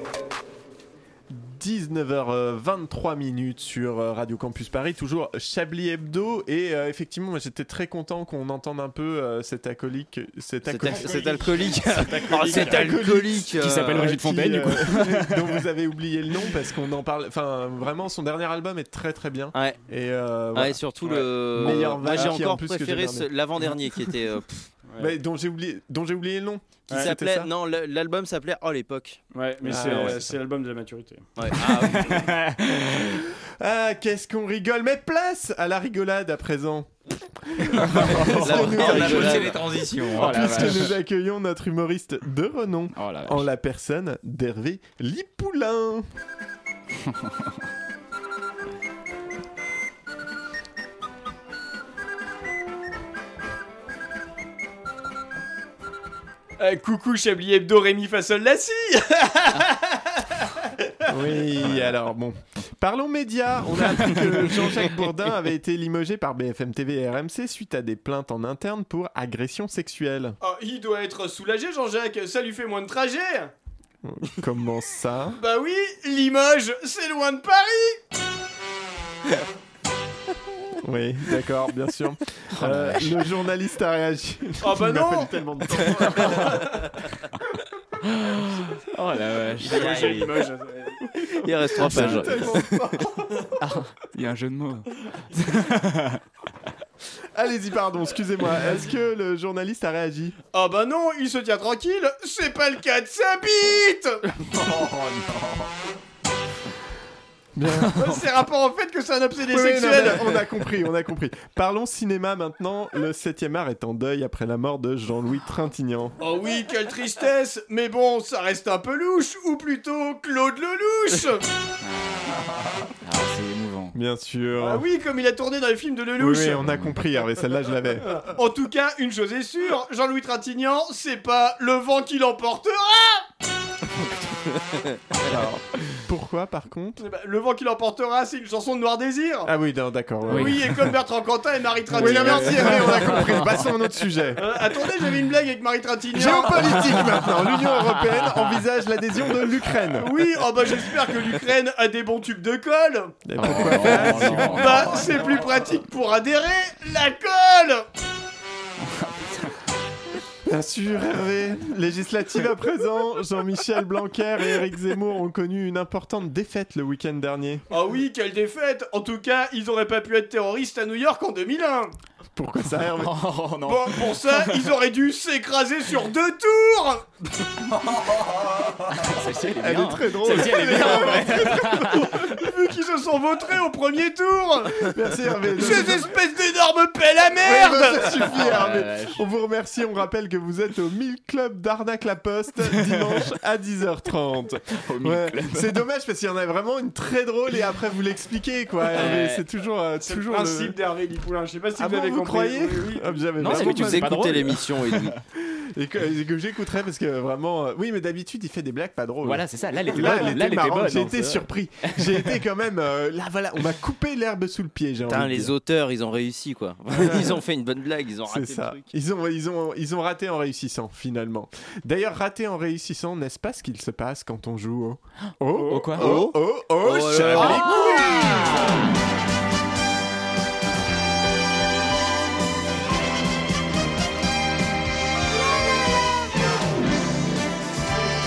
Speaker 9: 19h23 minutes sur euh, Radio Campus Paris, toujours Chablis Hebdo et euh, effectivement moi, j'étais très content qu'on entende un peu euh, cet acolyte cet
Speaker 12: Cet
Speaker 9: acolyte euh,
Speaker 12: al- cet alcoolique. [LAUGHS] Oh, cet alcoolique, Qui euh, s'appelle Brigitte
Speaker 9: qui,
Speaker 12: Fontaine, du coup.
Speaker 9: euh, [LAUGHS] dont vous avez oublié le nom parce qu'on en parle enfin vraiment son dernier album est très très bien et euh, voilà.
Speaker 12: Ah Ouais, surtout le.
Speaker 9: meilleur
Speaker 12: Moi, j'ai
Speaker 9: vague qui est en
Speaker 12: encore
Speaker 9: plus que
Speaker 12: préféré
Speaker 9: Jean
Speaker 12: ce-
Speaker 9: Bernet.
Speaker 12: l'avant-dernier qui était. euh, pff,
Speaker 9: Mais dont j'ai oublié dont j'ai oublié le nom
Speaker 12: qui s'appelait. Non, le- l'album s'appelait Oh l'époque.
Speaker 10: [LAUGHS]
Speaker 1: Ouais, mais c'est, euh, c'est l'album de la maturité.
Speaker 10: Oh
Speaker 9: Ah, qu'est-ce qu'on rigole Mais place à la rigolade à présent
Speaker 10: [LAUGHS] La vraie
Speaker 9: Nous
Speaker 10: rigolade.
Speaker 9: accueillons-
Speaker 10: les transitions.
Speaker 9: En
Speaker 10: Oh la
Speaker 9: plus que
Speaker 10: vache.
Speaker 9: nous accueillons notre humoriste de renom
Speaker 10: Oh
Speaker 9: en la personne d'Hervé Lipoulin.
Speaker 1: Euh, coucou Chablis Hebdo, Rémi Fassol Lassie
Speaker 9: Oui, alors bon. Parlons médias. On a appris que Jean-Jacques Bourdin avait été limogé par BFM TV et RMC suite à des plaintes en interne pour agression sexuelle.
Speaker 1: Oh, il doit être soulagé Jean-Jacques, ça lui fait moins de trajet
Speaker 9: Comment ça
Speaker 1: Bah oui, Limoges, c'est loin de [LAUGHS] Paris
Speaker 9: Oui, d'accord, bien sûr. Euh, le journaliste a réagi. [LAUGHS]
Speaker 1: Oh, bah
Speaker 9: Il m'a
Speaker 1: non
Speaker 9: fallu tellement de temps.
Speaker 10: Oh la vache.
Speaker 1: Il a mangé une moche.
Speaker 12: [LAUGHS] Il reste trois
Speaker 10: C'est
Speaker 12: pages.
Speaker 10: tellement Ah, il y a un jeu de mots.
Speaker 9: Allez-y, pardon, excusez-moi. Est-ce que le journaliste a réagi
Speaker 1: Ah bah non, il se tient tranquille, c'est pas le cas de sa
Speaker 9: [LAUGHS]
Speaker 1: bite Oh, C'est rapport au fait que c'est un obsédé
Speaker 9: Oui, oui, non,
Speaker 1: sexuel
Speaker 9: mais on a compris, on a compris. Parlons cinéma maintenant. Le 7e art est en deuil après la mort de Jean-Louis Trintignant.
Speaker 1: Oh oui, quelle tristesse Mais bon, ça reste un peu louche, ou plutôt Claude Lelouch
Speaker 10: Ah, c'est émouvant.
Speaker 9: Bien sûr.
Speaker 1: Ah oui, comme il a tourné dans les films de
Speaker 9: Oui,
Speaker 1: Lelouch
Speaker 9: oui, on a compris, Hervé, celle-là je l'avais.
Speaker 1: En tout cas, une chose est sûre, Jean-Louis Trintignant, c'est pas le vent qui l'emportera
Speaker 9: Alors, pourquoi par contre
Speaker 1: Eh ben, Le vent qui l'emportera, c'est une chanson de Noir Désir
Speaker 9: Ah oui, non, d'accord. ouais.
Speaker 1: oui. et comme Bertrand Quentin et Marie Trintignant.
Speaker 9: Oui, non, merci, Hervé, on a compris. Passons à un autre sujet.
Speaker 1: Euh, attendez, j'avais une blague avec Marie Trintignant.
Speaker 9: Géopolitique maintenant. L'Union européenne envisage l'adhésion de l'Ukraine.
Speaker 1: Oui, oh bah j'espère que l'Ukraine a des bons tubes de colle.
Speaker 9: Et pourquoi faire
Speaker 1: Bah, c'est plus pratique pour adhérer, la colle
Speaker 9: [LAUGHS] Bien sûr, Hervé. Législative à présent, Jean-Michel Blanquer et Éric Zemmour ont connu une importante défaite le week-end dernier.
Speaker 1: Ah oui, quelle défaite En tout cas, ils auraient pas pu être terroristes à New York en 2001.
Speaker 9: Pourquoi ça, Hervé
Speaker 10: Oh non.
Speaker 1: Bon, pour ça, ils auraient dû s'écraser sur deux tours
Speaker 10: Celle-ci, elle est bien,
Speaker 9: Elle est
Speaker 10: hein.
Speaker 9: très drôle.
Speaker 10: Celle-ci, elle est bien, en vrai.
Speaker 1: Vu qu'ils se sont vautrés au premier tour
Speaker 9: Merci, Hervé.
Speaker 1: Ces espèces d'énormes pelles à
Speaker 9: Ouais,
Speaker 1: merde Ah,
Speaker 9: bah, ça suffit, Hervé. On vous remercie, on rappelle que vous êtes au 1000 Club d'Arnaque La Poste
Speaker 1: [LAUGHS]
Speaker 9: dimanche à 10h30. Ouais, C'est dommage parce qu'il y en a vraiment une très drôle et après vous l'expliquez quoi. Hervé.
Speaker 10: Ouais.
Speaker 9: C'est toujours, euh,
Speaker 1: C'est le
Speaker 9: toujours
Speaker 1: principe d'Hervé Lipoulin, je sais pas si
Speaker 9: Ah
Speaker 1: vous
Speaker 9: bon,
Speaker 1: avez
Speaker 9: vous
Speaker 1: compris.
Speaker 9: croyez
Speaker 1: Oui, oui.
Speaker 9: Ah, j'avais
Speaker 12: Non,
Speaker 9: vraiment
Speaker 12: c'est que tu
Speaker 9: pas-
Speaker 10: c'est
Speaker 12: faisais
Speaker 10: pas
Speaker 12: écouter
Speaker 10: drôle.
Speaker 12: l'émission, [LAUGHS] Edoui.
Speaker 9: et que, et que j'écouterai parce que vraiment. euh, Oui, mais d'habitude il fait des blagues pas drôles.
Speaker 10: Voilà, c'est ça. Là, elle était
Speaker 9: Là, elle
Speaker 10: bonne.
Speaker 9: était
Speaker 10: Là, elle était
Speaker 9: marrante,
Speaker 10: bonne.
Speaker 9: j'ai
Speaker 10: hein,
Speaker 9: été
Speaker 10: ça.
Speaker 9: surpris. J'ai été quand même. euh, là, voilà, on m'a coupé l'herbe sous le pied. j'ai
Speaker 12: Putain,
Speaker 9: envie de
Speaker 12: les
Speaker 9: dire.
Speaker 12: autres, ils ont réussi [LAUGHS] quoi. Ils ont fait une bonne blague, ils ont
Speaker 9: C'est
Speaker 12: raté le
Speaker 9: ça.
Speaker 12: truc.
Speaker 9: Ils ont, ils, ont, ils ont raté en réussissant, finalement. D'ailleurs, raté en réussissant, n'est-ce pas ce qu'il se passe quand on joue au. Oh,
Speaker 10: Oh, quoi
Speaker 9: Oh, oh, oh,
Speaker 12: Oh là
Speaker 9: Chablis
Speaker 12: là.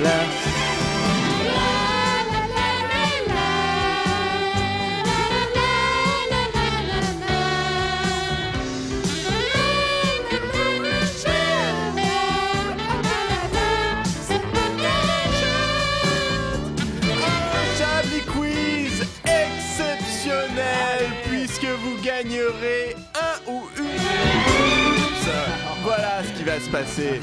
Speaker 12: la.
Speaker 9: Chablis Quiz exceptionnel puisque vous gagnerez un ou une Oups. Voilà ce qui va se passer.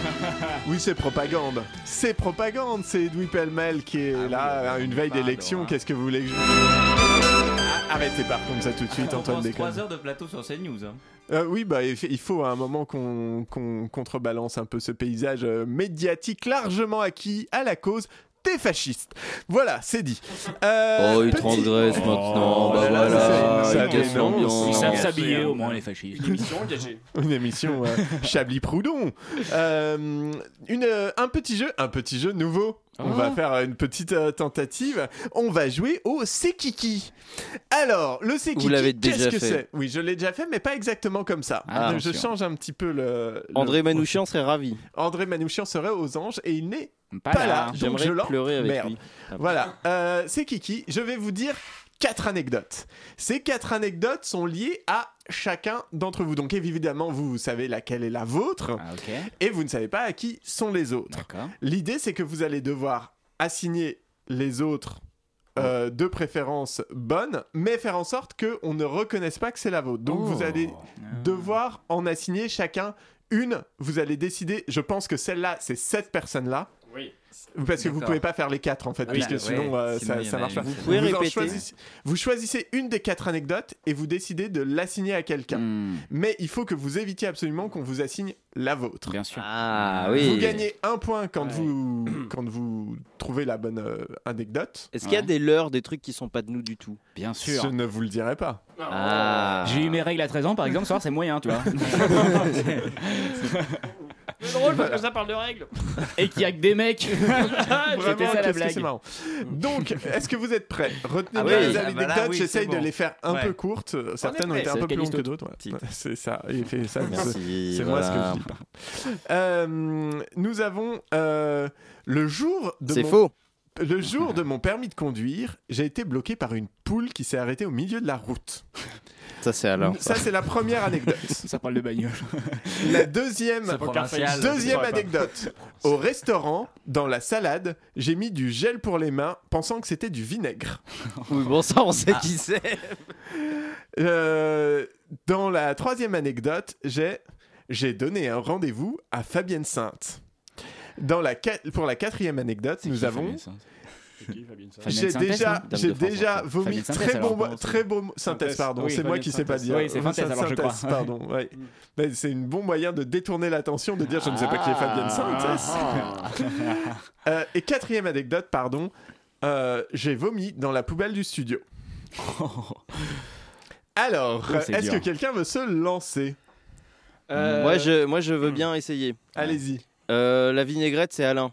Speaker 9: Oui, c'est propagande. C'est propagande. C'est Edoui Pellemel qui est là à une veille d'élection. Qu'est-ce que vous voulez que je... Ah, Arrêtez par contre ça tout de suite, Antoine Déconne.
Speaker 11: heures de plateau sur CNews. Hein.
Speaker 9: Euh, oui, bah, il fa- il faut à un moment qu'on qu'on contrebalance un peu ce paysage euh, médiatique largement acquis à la cause des fascistes. Voilà, c'est dit. Euh,
Speaker 12: Oh, ils
Speaker 9: petit- Oh,
Speaker 12: transgressent
Speaker 10: oh,
Speaker 12: maintenant. Bah
Speaker 9: là là, ça,
Speaker 12: voilà,
Speaker 9: ça
Speaker 12: ils cassent
Speaker 9: dénonce.
Speaker 12: l'ambiance.
Speaker 10: Ils savent
Speaker 1: Non,
Speaker 10: s'habiller
Speaker 1: c'est un-
Speaker 10: au moins les fascistes.
Speaker 1: Une émission engagée.
Speaker 9: Une émission
Speaker 12: [LAUGHS]
Speaker 9: euh, Chablis Proudhon. Euh, une, euh, un petit jeu, un petit jeu nouveau. On va
Speaker 12: Ah.
Speaker 9: faire euh, une petite euh, tentative. On va jouer au C'est Kiki. Alors, le C'est
Speaker 12: Vous
Speaker 9: Kiki,
Speaker 12: l'avez
Speaker 9: qu'est-ce
Speaker 12: déjà
Speaker 9: que
Speaker 12: fait.
Speaker 9: c'est Oui, je l'ai déjà fait, mais pas exactement comme ça.
Speaker 10: Ah,
Speaker 9: je
Speaker 10: attention.
Speaker 9: change un petit peu le. le-
Speaker 12: [LAUGHS] André Manouchian serait ravi.
Speaker 9: André Manouchian serait aux anges et il n'est
Speaker 10: Pas
Speaker 9: pas
Speaker 10: là.
Speaker 9: là. Donc
Speaker 12: hein. J'aimerais
Speaker 9: je l'en-
Speaker 12: pleurer avec
Speaker 9: merde.
Speaker 12: lui. Ah.
Speaker 9: Voilà, euh, c'est Kiki. Je vais vous dire quatre anecdotes. Ces quatre anecdotes sont liées à chacun d'entre vous. Donc évidemment, vous, vous savez laquelle est la vôtre
Speaker 10: Ah, ok.
Speaker 9: et vous ne savez pas à qui sont les autres.
Speaker 10: D'accord.
Speaker 9: L'idée, c'est que vous allez devoir assigner les autres
Speaker 12: Oh.
Speaker 9: euh, de préférence bonnes, mais faire en sorte qu'on ne reconnaisse pas que c'est la vôtre. Donc
Speaker 10: Oh.
Speaker 9: vous
Speaker 12: Oh.
Speaker 9: allez devoir en assigner chacun une. Vous allez décider, je pense que celle-là, c'est cette personne-là.
Speaker 1: Oui.
Speaker 9: Parce que vous
Speaker 11: D'accord.
Speaker 9: pouvez pas faire les quatre en fait,
Speaker 11: Ah oui,
Speaker 9: puisque
Speaker 11: bah ouais,
Speaker 9: sinon, euh,
Speaker 11: sinon,
Speaker 9: ça,
Speaker 11: il y en
Speaker 9: ça
Speaker 11: a
Speaker 9: marche pas.
Speaker 11: une. Vous
Speaker 12: pouvez
Speaker 9: en
Speaker 12: répéter.
Speaker 9: choisissez- vous choisissez une des quatre anecdotes et vous décidez de l'assigner à quelqu'un.
Speaker 11: Mm.
Speaker 10: Hmm,
Speaker 9: Mais il faut que vous évitiez absolument qu'on vous assigne la vôtre.
Speaker 10: Bien sûr.
Speaker 12: Ah
Speaker 10: Vous
Speaker 12: oui.
Speaker 9: Vous gagnez un point quand,
Speaker 1: Ouais.
Speaker 9: vous, quand vous trouvez la bonne euh, anecdote.
Speaker 12: Est-ce qu'il y a
Speaker 10: Ouais.
Speaker 12: des leurs, des trucs qui sont pas de nous du tout
Speaker 10: Bien
Speaker 9: Je
Speaker 10: sûr.
Speaker 9: ne vous le dirai pas.
Speaker 12: Ah.
Speaker 10: [LAUGHS] J'ai eu mes règles à 13 ans, par exemple, ce soir, c'est moyen, tu vois.
Speaker 1: C'est drôle parce que ça parle de règles.
Speaker 10: Et qu'il y a que des mecs. [LAUGHS] C'était
Speaker 9: Vraiment,
Speaker 10: ça la
Speaker 9: qu'est-ce que
Speaker 10: blague.
Speaker 9: c'est marrant. Donc, est-ce que vous êtes prêts Retenez
Speaker 10: Ah
Speaker 9: bien
Speaker 10: oui,
Speaker 9: les
Speaker 10: ah
Speaker 9: anecdotes,
Speaker 10: bah là, oui,
Speaker 9: j'essaye
Speaker 10: c'est bon.
Speaker 9: de les faire un
Speaker 10: Ouais.
Speaker 9: peu courtes.
Speaker 10: On est
Speaker 9: Certaines ont
Speaker 10: prêts.
Speaker 9: été un
Speaker 10: C'est
Speaker 9: peu plus longues
Speaker 10: Calisto
Speaker 9: que d'autres. ouais. Ouais, C'est ça, il fait ça. mais
Speaker 12: Merci,
Speaker 9: C'est c'est moi ce que
Speaker 12: voilà.
Speaker 9: je dis. pas. Euh, nous avons euh, le jour de.
Speaker 12: C'est
Speaker 9: mon-
Speaker 12: faux.
Speaker 9: Le jour de mon permis de conduire, j'ai été bloqué par une poule qui s'est arrêtée au milieu de la route.
Speaker 12: Ça, c'est alors.
Speaker 9: Ça, c'est la première anecdote.
Speaker 10: Ça parle de bagnole.
Speaker 9: La deuxième,
Speaker 10: C'est provincial,
Speaker 9: deuxième
Speaker 10: je saurais pas.
Speaker 9: anecdote. Au restaurant, dans la salade, j'ai mis du gel pour les mains, pensant que c'était du vinaigre.
Speaker 12: Oui, bon, ça, [LAUGHS] on sait
Speaker 9: Ah.
Speaker 12: qui c'est.
Speaker 9: Euh, dans la troisième anecdote, j'ai j'ai donné un rendez-vous à Fabienne Sainte. Dans la qua- pour la quatrième anecdote, nous avons
Speaker 10: hein.
Speaker 9: j'ai déjà, j'ai déjà vomi très bon, très bon synthèse, pardon. c'est moi qui sais pas dire.
Speaker 10: Oui, c'est
Speaker 9: Vomi
Speaker 10: synthèse, alors je crois.
Speaker 9: synthèse, pardon. ouais. Mais c'est un bon moyen de détourner l'attention, de dire je ne sais pas qui est Fabienne Sainte. Euh, et quatrième anecdote, pardon, euh, j'ai vomi dans la poubelle du studio. Alors,
Speaker 12: Oh, c'est
Speaker 9: est-ce
Speaker 12: dur.
Speaker 9: que quelqu'un veut se lancer
Speaker 1: Euh,
Speaker 12: Moi, je, moi, je veux bien essayer.
Speaker 9: Allez-y.
Speaker 12: Euh, la vinaigrette, c'est Alain.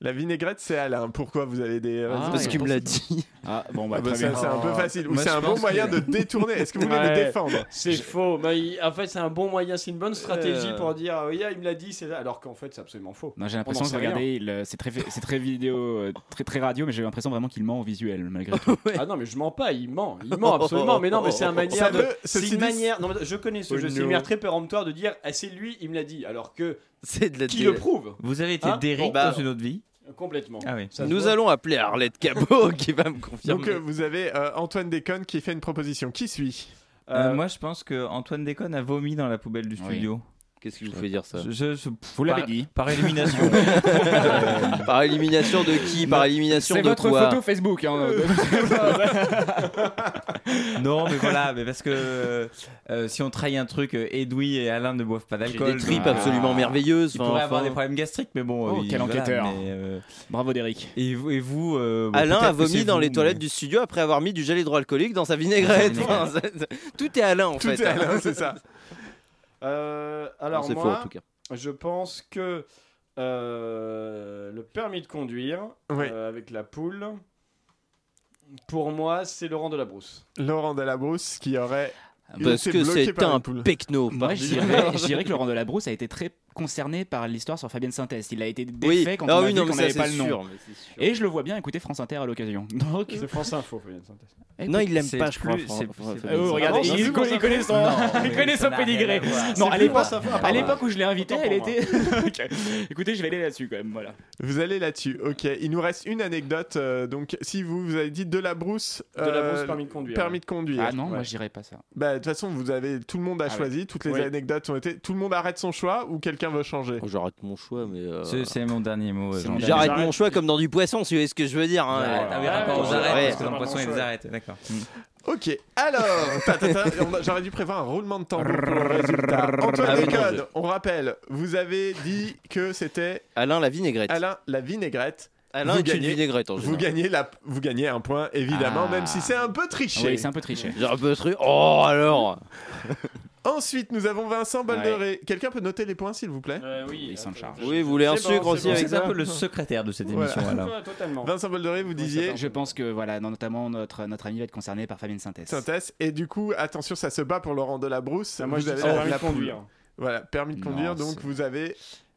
Speaker 9: La vinaigrette, c'est Alain. Pourquoi vous avez des raisons
Speaker 12: Parce qu'il me l'a dit.
Speaker 10: Ah, bon,
Speaker 9: Ah bah,
Speaker 12: très
Speaker 9: ça,
Speaker 12: bien.
Speaker 9: c'est un peu
Speaker 12: Oh.
Speaker 9: facile. Ou
Speaker 12: Moi,
Speaker 9: c'est
Speaker 12: je
Speaker 9: un bon
Speaker 12: pense
Speaker 9: moyen
Speaker 12: que-
Speaker 9: de détourner. Est-ce que vous voulez
Speaker 1: Ouais,
Speaker 9: le défendre
Speaker 1: C'est faux. Mais il- en fait, c'est un bon moyen, c'est une bonne stratégie
Speaker 10: Euh.
Speaker 1: pour dire, oui, il me l'a dit, c'est ça. Alors qu'en fait, c'est absolument faux.
Speaker 10: Non, j'ai
Speaker 1: On
Speaker 10: l'impression
Speaker 1: n'en
Speaker 10: que
Speaker 1: sait rien.
Speaker 10: regardez, il, euh, c'est très, c'est très vidéo, euh, très très radio, mais j'ai l'impression vraiment qu'il ment au visuel malgré
Speaker 12: [LAUGHS]
Speaker 10: tout.
Speaker 1: Ah non, mais je mens pas, il ment, il ment absolument. Mais non, mais c'est un manière
Speaker 10: Ça
Speaker 1: de.
Speaker 10: veut-
Speaker 1: C'est
Speaker 10: ceci
Speaker 1: une
Speaker 10: dit-
Speaker 1: manière. Non, mais je connais ce
Speaker 10: Oh
Speaker 1: jeu, c'est
Speaker 10: non.
Speaker 1: une manière très péremptoire de dire, ah, c'est lui, il me l'a dit. Alors que.
Speaker 12: [LAUGHS] C'est de la
Speaker 1: Qui
Speaker 12: dé-
Speaker 1: le prouve
Speaker 11: Vous avez été
Speaker 1: Hein
Speaker 11: Derrick
Speaker 1: Bon, bah,
Speaker 11: dans une autre vie
Speaker 1: Complètement.
Speaker 11: Ah oui.
Speaker 1: Ça se
Speaker 12: Nous
Speaker 1: voit.
Speaker 12: allons appeler Arlette Cabot [LAUGHS] qui va me confirmer.
Speaker 9: Donc euh, vous avez euh, Antoine Déconne qui fait une proposition. Qui suit
Speaker 11: Euh, moi, je pense que Antoine Déconne a vomi dans la poubelle du studio.
Speaker 12: Qu'est-ce qui vous fait dire ça
Speaker 11: Je- je- je-
Speaker 10: Vous l'avez
Speaker 11: par-
Speaker 10: dit.
Speaker 11: Par élimination.
Speaker 12: Euh, Par élimination de qui Par élimination
Speaker 10: C'est
Speaker 12: de
Speaker 10: votre
Speaker 12: quoi
Speaker 10: photo Facebook. hein, de-
Speaker 11: non, mais voilà, mais parce que euh, euh, si on trahit un truc, euh, Edoui et Alain ne boivent pas d'alcool.
Speaker 12: des tripes
Speaker 11: donc,
Speaker 12: absolument merveilleuses,
Speaker 11: Ils
Speaker 12: enfin,
Speaker 11: pourraient avoir
Speaker 12: enfin.
Speaker 11: des problèmes gastriques, mais bon.
Speaker 12: Oh,
Speaker 11: ils-
Speaker 12: quel enquêteur.
Speaker 11: mais, euh,
Speaker 10: [LAUGHS] Bravo, Derrick.
Speaker 11: Et vous, et vous, euh, bon,
Speaker 12: Alain
Speaker 11: peut-être
Speaker 12: a
Speaker 11: que
Speaker 12: vomi
Speaker 11: c'est
Speaker 12: dans
Speaker 11: vous,
Speaker 12: les
Speaker 11: mais-
Speaker 12: toilettes du studio après avoir mis du gel hydroalcoolique dans sa vinaigrette.
Speaker 11: Dans sa
Speaker 12: Enfin, c'est- tout est Alain en
Speaker 9: Tout
Speaker 12: fait.
Speaker 9: est Alain, c'est ça.
Speaker 1: Euh, alors
Speaker 12: c'est
Speaker 1: moi,
Speaker 12: faux, en tout cas.
Speaker 1: je pense que euh, le permis de conduire
Speaker 9: Oui.
Speaker 1: euh, avec la poule, pour moi, c'est Laurent Delabrousse.
Speaker 9: Laurent Delabrousse qui aurait
Speaker 12: Ah, Parce
Speaker 9: été
Speaker 12: que
Speaker 9: bloqué
Speaker 12: c'est
Speaker 9: par
Speaker 12: un
Speaker 9: une poule.
Speaker 12: pecno.
Speaker 10: Moi, je dirais- je dirais que Laurent Delabrousse a été très concerné par l'histoire sur Fabienne Synthèse. Il a été défait
Speaker 12: Oui.
Speaker 10: quand on
Speaker 12: Ah
Speaker 10: a
Speaker 12: oui,
Speaker 10: dit
Speaker 12: non,
Speaker 10: qu'on
Speaker 12: mais ça,
Speaker 10: n'avait
Speaker 12: c'est
Speaker 10: pas le nom.
Speaker 12: sûr, mais c'est sûr.
Speaker 10: Et je le vois bien écouter France Inter à l'occasion. [LAUGHS] Donc,
Speaker 1: C'est France Info, Fabienne Santès.
Speaker 10: écoute,
Speaker 12: Non, il l'aime
Speaker 10: c'est
Speaker 12: pas, je crois,
Speaker 10: plus-
Speaker 12: Fran-
Speaker 10: c'est-
Speaker 12: Fran-
Speaker 10: c'est-
Speaker 12: Fabien
Speaker 10: Oh,
Speaker 12: Santès.
Speaker 10: regardez,
Speaker 12: Ah bon,
Speaker 10: il
Speaker 12: c'est
Speaker 10: co-
Speaker 12: plus
Speaker 10: il connaît son,
Speaker 12: Non, mais
Speaker 10: il connaît
Speaker 12: ça
Speaker 10: son
Speaker 12: n'a rien
Speaker 10: pédigré.
Speaker 12: à voir.
Speaker 10: Non,
Speaker 12: C'est
Speaker 10: à
Speaker 12: plus
Speaker 10: l'époque,
Speaker 12: France Info,
Speaker 10: à
Speaker 12: pardon.
Speaker 10: l'époque où je l'ai invité,
Speaker 12: Autant
Speaker 10: elle
Speaker 12: pour
Speaker 10: était. [LAUGHS] Ok. Écoutez, je vais aller là-dessus quand même. Voilà.
Speaker 9: Vous allez là-dessus. Ok. Il nous reste une anecdote. euh, donc si vous vous avez dit Delabrousse, euh,
Speaker 1: Delabrousse, permis de conduire.
Speaker 9: Permis de conduire.
Speaker 10: Ah non, moi, je dirais pas ça.
Speaker 9: Bah, de toute façon, vous avez tout le monde a
Speaker 10: Ah
Speaker 9: choisi,
Speaker 10: oui.
Speaker 9: toutes les
Speaker 10: Oui.
Speaker 9: anecdotes ont été. Tout le monde arrête son choix ou quelqu'un veut changer
Speaker 12: J'arrête mon choix, mais. euh,
Speaker 11: C'est- C'est mon dernier mot. euh, Jean.
Speaker 12: J'arrête mon choix comme dans du poisson, si vous voyez ce que je veux dire. hein.
Speaker 11: J'arrête. Ah oui, rapport aux
Speaker 12: Ouais.
Speaker 11: arrêts, parce que
Speaker 12: Ouais.
Speaker 11: dans le poisson, ils arrêtent. D'accord.
Speaker 9: Ok. Alors, ta, ta, ta, on a- j'aurais dû prévoir un roulement de tambour pour le résultat. Antoine
Speaker 12: Ah oui, non,
Speaker 9: Déconne, on rappelle, vous avez dit que c'était
Speaker 12: Alain, la vinaigrette.
Speaker 9: Alain la vinaigrette.
Speaker 12: Alain
Speaker 9: vous
Speaker 12: est une vinaigrette, en
Speaker 9: vous
Speaker 12: général.
Speaker 9: gagnez, la, vous gagnez un point, évidemment,
Speaker 12: Ah.
Speaker 9: même si c'est un peu triché.
Speaker 10: Oui, Ah c'est un peu triché.
Speaker 12: J'ai un peu truc. Oh alors
Speaker 9: Ensuite, nous avons Vincent Boldoré. Quelqu'un peut noter les points, s'il vous plaît
Speaker 1: oui,
Speaker 10: il s'en charge.
Speaker 12: Oui, vous voulez un
Speaker 9: C'est bon,
Speaker 12: sucre
Speaker 9: c'est
Speaker 12: aussi
Speaker 9: bon.
Speaker 12: avec
Speaker 9: C'est un
Speaker 12: ça
Speaker 9: peu le
Speaker 11: Secrétaire de cette
Speaker 9: Voilà.
Speaker 11: émission, Alain.
Speaker 1: Totalement.
Speaker 9: Vincent Boldoré, vous disiez
Speaker 10: Je pense que voilà, non, notamment notre, notre ami va être concerné par Fabienne Synthèse.
Speaker 9: synthèse. Et du coup, attention, ça se bat pour Laurent Delabrousse.
Speaker 1: Ah, moi,
Speaker 9: vous
Speaker 1: je dis
Speaker 9: avez
Speaker 1: que c'est
Speaker 9: la-
Speaker 1: permis
Speaker 9: la
Speaker 1: de conduire.
Speaker 9: poule. Voilà, permis de
Speaker 11: Non,
Speaker 9: conduire, donc
Speaker 11: c'est-
Speaker 9: vous avez.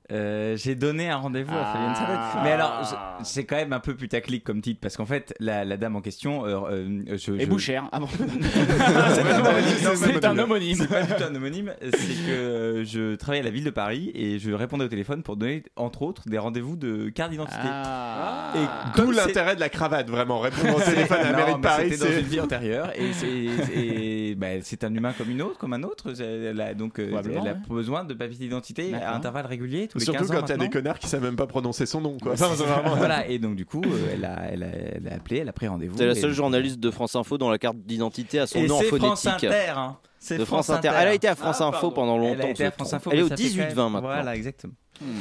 Speaker 11: Euh, j'ai donné un rendez-vous à Fabienne Servette. Mais alors, je- c'est quand même un peu putaclic comme titre parce qu'en fait, la, la dame en question. euh, euh, je,
Speaker 10: Et
Speaker 11: je- [LAUGHS]
Speaker 10: Bouchère. Ah bon.
Speaker 11: C'est un homonyme.
Speaker 10: C'est un homonyme.
Speaker 11: C'est pas du tout un homonyme. C'est que euh, je travaille à la ville de Paris et je répondais au téléphone pour donner, entre autres, des rendez-vous de carte d'identité.
Speaker 10: Ah.
Speaker 11: Et
Speaker 9: D'où
Speaker 11: comme c'est-
Speaker 9: l'intérêt de la cravate,
Speaker 11: [LAUGHS]
Speaker 9: vraiment. Répondre au téléphone à la
Speaker 11: Non,
Speaker 9: mairie de
Speaker 11: mais
Speaker 9: Paris,
Speaker 11: C'était dans
Speaker 9: c'est.
Speaker 11: une vie antérieure et c'est- et- et, bah, c'est un humain comme une autre, comme un autre. Elle a donc euh,
Speaker 10: Probablement,
Speaker 11: elle a
Speaker 10: ouais.
Speaker 11: besoin de papier d'identité à
Speaker 10: D'accord.
Speaker 11: intervalles réguliers, tous les
Speaker 9: Surtout
Speaker 11: 15 ans
Speaker 9: quand t'as
Speaker 11: maintenant.
Speaker 9: des connards qui savent même pas prononcer son nom, quoi. Enfin, c'est vraiment-
Speaker 11: [LAUGHS] voilà, et donc du coup, euh, elle a, elle a, elle a appelé, elle a pris rendez-vous.
Speaker 12: C'est la
Speaker 11: et-
Speaker 12: seule journaliste de France Info dont la carte d'identité a son
Speaker 11: Et
Speaker 12: nom en
Speaker 11: c'est
Speaker 12: phonétique.
Speaker 11: France Inter, hein. C'est
Speaker 12: De France
Speaker 11: France
Speaker 12: Inter.
Speaker 11: Inter.
Speaker 12: Elle a été à France
Speaker 11: Ah,
Speaker 12: Info
Speaker 11: pardon.
Speaker 12: pendant longtemps.
Speaker 11: Elle a été à
Speaker 12: je
Speaker 11: France
Speaker 12: trouve.
Speaker 11: Info,
Speaker 12: Elle est
Speaker 11: mais
Speaker 12: au
Speaker 11: ça fait quand même-
Speaker 12: 18-20 maintenant.
Speaker 10: Hmm.
Speaker 11: Voilà, exactement.
Speaker 9: [LAUGHS]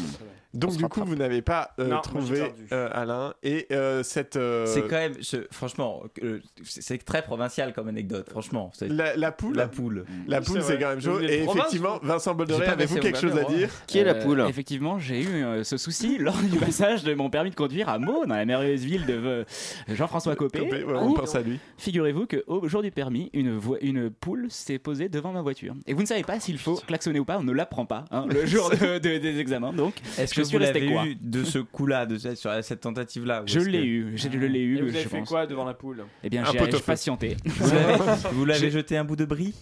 Speaker 9: Donc du coup, vous n'avez pas euh,
Speaker 11: Non, moi, j'ai
Speaker 9: trouvé
Speaker 11: perdu.
Speaker 9: euh, Alain et euh, cette. euh,
Speaker 11: C'est quand même, je- franchement, euh, c'est c'est très provincial comme anecdote, franchement. C'est-
Speaker 9: La, la poule.
Speaker 11: La poule.
Speaker 9: La poule, c'est quand même chaud. Et effectivement, Vincent
Speaker 11: J'ai
Speaker 9: Bolderet,
Speaker 11: pas
Speaker 9: avez-vous
Speaker 11: passé au
Speaker 9: quelque chose à
Speaker 11: Bac, moi.
Speaker 9: dire
Speaker 10: Euh, Effectivement, j'ai eu euh, ce souci [LAUGHS] lors du passage de mon permis de conduire à Meaux, dans la merveilleuse ville de euh, Jean-François Copé.
Speaker 9: Copé, ouais, on
Speaker 10: où-
Speaker 9: pense à lui.
Speaker 10: Figurez-vous qu'au jour du permis, une, voie- une poule s'est posée devant ma voiture. Et vous ne savez pas s'il faut klaxonner ou pas, on ne l'apprend pas hein, le jour de- de- des examens. Donc,
Speaker 11: Est-ce
Speaker 10: je
Speaker 11: que
Speaker 10: suis
Speaker 11: vous
Speaker 10: resté
Speaker 11: l'avez
Speaker 10: quoi
Speaker 11: eu de ce coup-là, de cette, sur cette tentative-là ou
Speaker 10: Je
Speaker 11: est-ce
Speaker 10: l'ai
Speaker 11: que-
Speaker 10: eu, j'ai- je l'ai
Speaker 1: Et
Speaker 10: eu.
Speaker 1: vous avez
Speaker 10: je
Speaker 1: fait
Speaker 10: pense.
Speaker 1: quoi devant la poule
Speaker 10: Eh bien,
Speaker 11: Un
Speaker 10: j'ai
Speaker 11: pot au
Speaker 10: j'ai
Speaker 11: feu.
Speaker 10: patienté.
Speaker 11: Vous l'avez- vous l'avez
Speaker 10: J'ai-
Speaker 11: jeté un bout de brie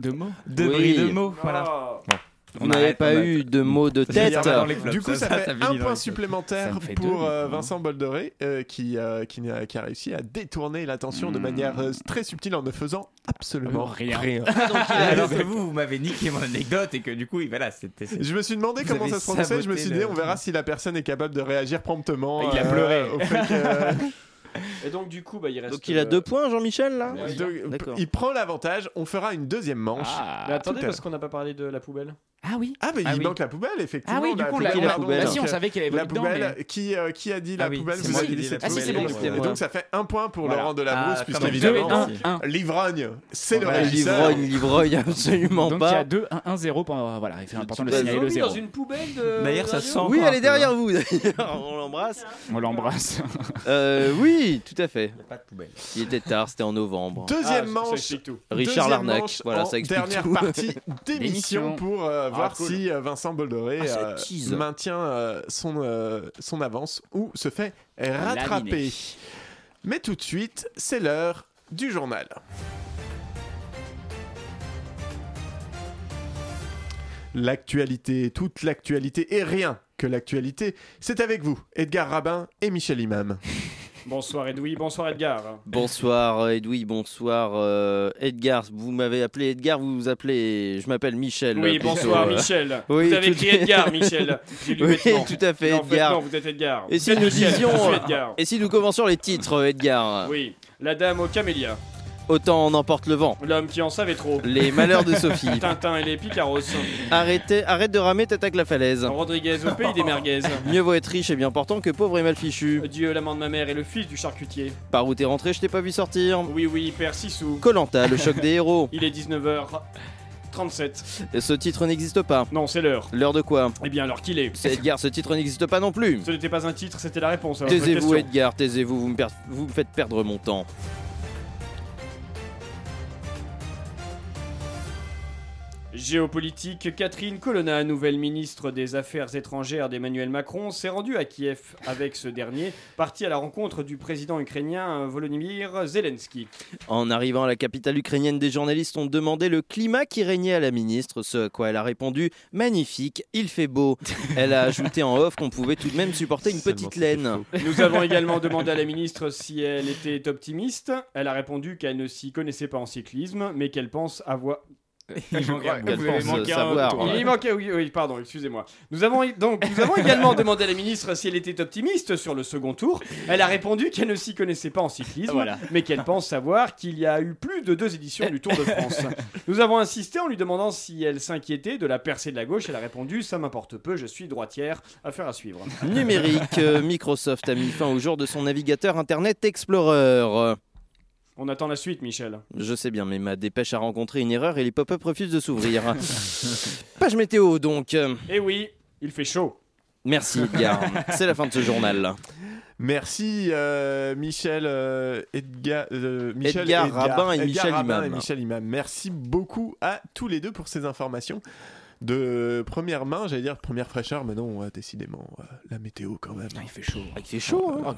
Speaker 10: De mots
Speaker 11: De
Speaker 10: Oui.
Speaker 11: brie, de mots, voilà.
Speaker 10: Non.
Speaker 11: Bon.
Speaker 12: Vous n'avez pas eu de
Speaker 11: [LAUGHS]
Speaker 12: mots de
Speaker 9: J'ai
Speaker 12: tête.
Speaker 9: dit, ah, bah, du coup, ça, fait un point supplémentaire pour euh, Vincent Boldoré euh, qui, euh, qui, n'a- qui a réussi à détourner l'attention de manière euh, très subtile en ne faisant
Speaker 10: Ah
Speaker 9: absolument rien.
Speaker 11: Alors que vous, vous m'avez niqué mon anecdote et que du coup, voilà, c'était.
Speaker 9: Je me suis demandé
Speaker 11: Vous
Speaker 9: comment
Speaker 11: avez
Speaker 9: ça se prononçait. Je me
Speaker 11: saboté
Speaker 9: suis dit,
Speaker 11: le-
Speaker 9: on verra si la personne est capable de réagir promptement.
Speaker 10: Il a
Speaker 9: euh,
Speaker 10: pleuré.
Speaker 9: au fait que-
Speaker 1: Et donc, du coup, bah, il reste.
Speaker 12: [LAUGHS] Donc il a
Speaker 1: euh,
Speaker 12: deux points, Jean-Michel, là
Speaker 1: Ouais.
Speaker 9: euh, Donc,
Speaker 12: D'accord.
Speaker 9: il prend l'avantage. On fera une deuxième manche.
Speaker 1: Mais attendez,
Speaker 9: Tout à
Speaker 1: parce qu'on n'a pas parlé de la poubelle.
Speaker 10: Ah oui.
Speaker 9: Ah, mais
Speaker 1: Ah
Speaker 9: il
Speaker 1: oui.
Speaker 9: manque la poubelle, effectivement.
Speaker 1: Ah oui, du
Speaker 9: a
Speaker 1: coup, la- la
Speaker 9: pardon.
Speaker 1: poubelle.
Speaker 9: Donc,
Speaker 1: Ah si, on savait qu'il y avait
Speaker 9: La
Speaker 1: vomi dedans,
Speaker 9: poubelle,
Speaker 1: mais-
Speaker 9: qui, euh, qui a dit
Speaker 1: Ah
Speaker 9: la
Speaker 1: oui,
Speaker 9: poubelle
Speaker 1: c'est
Speaker 9: Vous
Speaker 1: moi
Speaker 9: avez
Speaker 1: qui ai
Speaker 9: dit
Speaker 1: dit
Speaker 9: la
Speaker 1: la
Speaker 9: poubelle.
Speaker 1: poubelle,
Speaker 9: Et donc,
Speaker 1: c'était
Speaker 9: et
Speaker 1: moi.
Speaker 9: donc, ça fait un point pour
Speaker 1: Voilà.
Speaker 9: Laurent de
Speaker 1: Ah,
Speaker 9: la
Speaker 1: comme
Speaker 9: puisque
Speaker 1: deux,
Speaker 9: évidemment,
Speaker 1: un, un.
Speaker 9: l'ivrogne, c'est le
Speaker 12: Euh,
Speaker 10: Voilà.
Speaker 9: régisseur.
Speaker 12: Ah, L'ivrogne, absolument
Speaker 10: Donc,
Speaker 12: pas.
Speaker 10: il y a 2 1 0 pour voilà, c'est important de
Speaker 12: Bah,
Speaker 10: signaler le
Speaker 12: vomi
Speaker 10: 0.
Speaker 12: dans
Speaker 1: Une poubelle de.
Speaker 10: D'ailleurs, ça sent encore
Speaker 12: Oui, elle
Speaker 10: un
Speaker 12: est
Speaker 10: peu,
Speaker 12: derrière
Speaker 10: hein.
Speaker 12: vous. d'ailleurs. on l'embrasse.
Speaker 10: On l'embrasse.
Speaker 12: Euh, oui, tout à fait.
Speaker 11: pas de poubelle.
Speaker 12: Il était tard, c'était en novembre.
Speaker 9: Deuxième
Speaker 12: Ah, ça- ça
Speaker 9: manche.
Speaker 12: explique tout. Richard
Speaker 9: deuxième
Speaker 12: Larnac.
Speaker 9: manche
Speaker 12: voilà,
Speaker 9: en
Speaker 12: ça explique
Speaker 9: dernière
Speaker 12: tout. [LAUGHS]
Speaker 9: partie d'émission pour euh,
Speaker 12: Ah,
Speaker 9: voir
Speaker 12: cool.
Speaker 9: si euh, Vincent Boldoré
Speaker 12: Ah, ça
Speaker 9: euh,
Speaker 12: tease.
Speaker 9: maintient euh, son, euh, son avance ou se fait rattraper.
Speaker 10: Laminé.
Speaker 9: Mais tout de suite, c'est l'heure du journal. L'actualité, toute l'actualité et rien que l'actualité, c'est avec vous, Edgar Rabin et Michel
Speaker 12: [LAUGHS]
Speaker 9: Imam.
Speaker 1: Bonsoir Edoui, bonsoir Edgar.
Speaker 12: Bonsoir euh, Edoui, bonsoir euh, Edgar. Vous m'avez appelé Edgar, vous vous appelez. Je m'appelle Michel.
Speaker 1: Oui,
Speaker 12: plutôt,
Speaker 1: bonsoir,
Speaker 12: euh.
Speaker 1: Michel.
Speaker 12: Oui,
Speaker 1: vous avez
Speaker 12: tout-
Speaker 1: écrit Edgar, Michel. J'ai lu
Speaker 12: oui,
Speaker 1: bêtement.
Speaker 12: tout à fait,
Speaker 1: Mais en fait,
Speaker 12: Edgar.
Speaker 1: non, vous êtes Edgar.
Speaker 12: Et si
Speaker 1: Vous êtes
Speaker 12: nous
Speaker 1: Michel,
Speaker 12: disions,
Speaker 1: je suis Edgar.
Speaker 12: et si nous commencions les titres, euh, Edgar.
Speaker 1: Oui, la dame aux camélias.
Speaker 12: Autant on emporte le vent.
Speaker 1: L'homme qui en savait trop.
Speaker 12: Les malheurs de Sophie.
Speaker 1: Tintin et les
Speaker 12: [LAUGHS]
Speaker 1: Picaros.
Speaker 12: Arrêtez, arrête de ramer, t'attaques la falaise.
Speaker 1: Rodriguez au
Speaker 12: [LAUGHS]
Speaker 1: pays des merguez.
Speaker 12: Mieux vaut être riche et bien portant que pauvre et mal fichu.
Speaker 1: Dieu, l'amant de ma mère et le fils du charcutier.
Speaker 12: Par où t'es rentré, je t'ai pas vu sortir.
Speaker 1: Oui, oui, père Sissou.
Speaker 12: Colanta, le choc des héros.
Speaker 1: Il est 19h37.
Speaker 12: Ce titre n'existe pas.
Speaker 1: Non, c'est l'heure.
Speaker 12: L'heure de quoi
Speaker 1: Eh bien, l'heure qu'il est.
Speaker 12: C'est Edgar, ce titre n'existe pas non plus.
Speaker 1: Ce n'était pas un titre, c'était la réponse. à votre
Speaker 12: Taisez-vous,
Speaker 1: question.
Speaker 12: Edgar, taisez-vous, vous, me per- vous me faites perdre mon temps.
Speaker 1: Géopolitique, Catherine Colonna, nouvelle ministre des Affaires étrangères d'Emmanuel Macron, s'est rendue à Kiev avec ce dernier, parti à la rencontre du président ukrainien euh, Volodymyr Zelensky.
Speaker 12: En arrivant à la capitale ukrainienne, des journalistes ont demandé le climat qui régnait à la ministre, ce à quoi elle a répondu Magnifique, il fait beau. Elle a ajouté en off qu'on pouvait tout de même supporter une petite laine.
Speaker 1: Nous avons également demandé à la ministre si elle était optimiste. Elle a répondu qu'elle ne s'y connaissait pas en cyclisme, mais qu'elle pense avoir...
Speaker 11: Il manquait un mot.
Speaker 1: Vous avez
Speaker 12: pense
Speaker 1: manqué un
Speaker 12: savoir.
Speaker 1: mot. Il manquait- oui, oui, pardon, excusez-moi. Nous avons, donc, nous avons également demandé à la ministre si elle était optimiste sur le second tour. Elle a répondu qu'elle ne s'y connaissait pas en cyclisme,
Speaker 10: Voilà.
Speaker 1: mais qu'elle pense savoir qu'il y a eu plus de deux éditions du Tour de France. Nous avons insisté en lui demandant si elle s'inquiétait de la percée de la gauche. Elle a répondu Ça m'importe peu, je suis droitière. Affaire à suivre.
Speaker 12: Numérique, euh, Microsoft a mis fin au jour de son navigateur Internet Explorer.
Speaker 1: On attend la suite, Michel.
Speaker 12: Je sais bien, mais ma dépêche a rencontré une erreur et les pop-up refusent de s'ouvrir. Page météo donc.
Speaker 1: Eh oui, il fait chaud.
Speaker 12: Merci Edgar, c'est la fin de ce journal.
Speaker 9: Merci euh, Michel, euh, Edga- euh, Michel
Speaker 12: Edgar Rabin et
Speaker 9: Edgar
Speaker 12: Michel
Speaker 9: Rabin
Speaker 12: Imam.
Speaker 9: et Michel Imam. Merci beaucoup à tous les deux pour ces informations de première main, j'allais dire première fraîcheur, mais non, euh, décidément euh, la météo quand même. il
Speaker 10: fait chaud.
Speaker 12: Ah, il fait chaud. hein.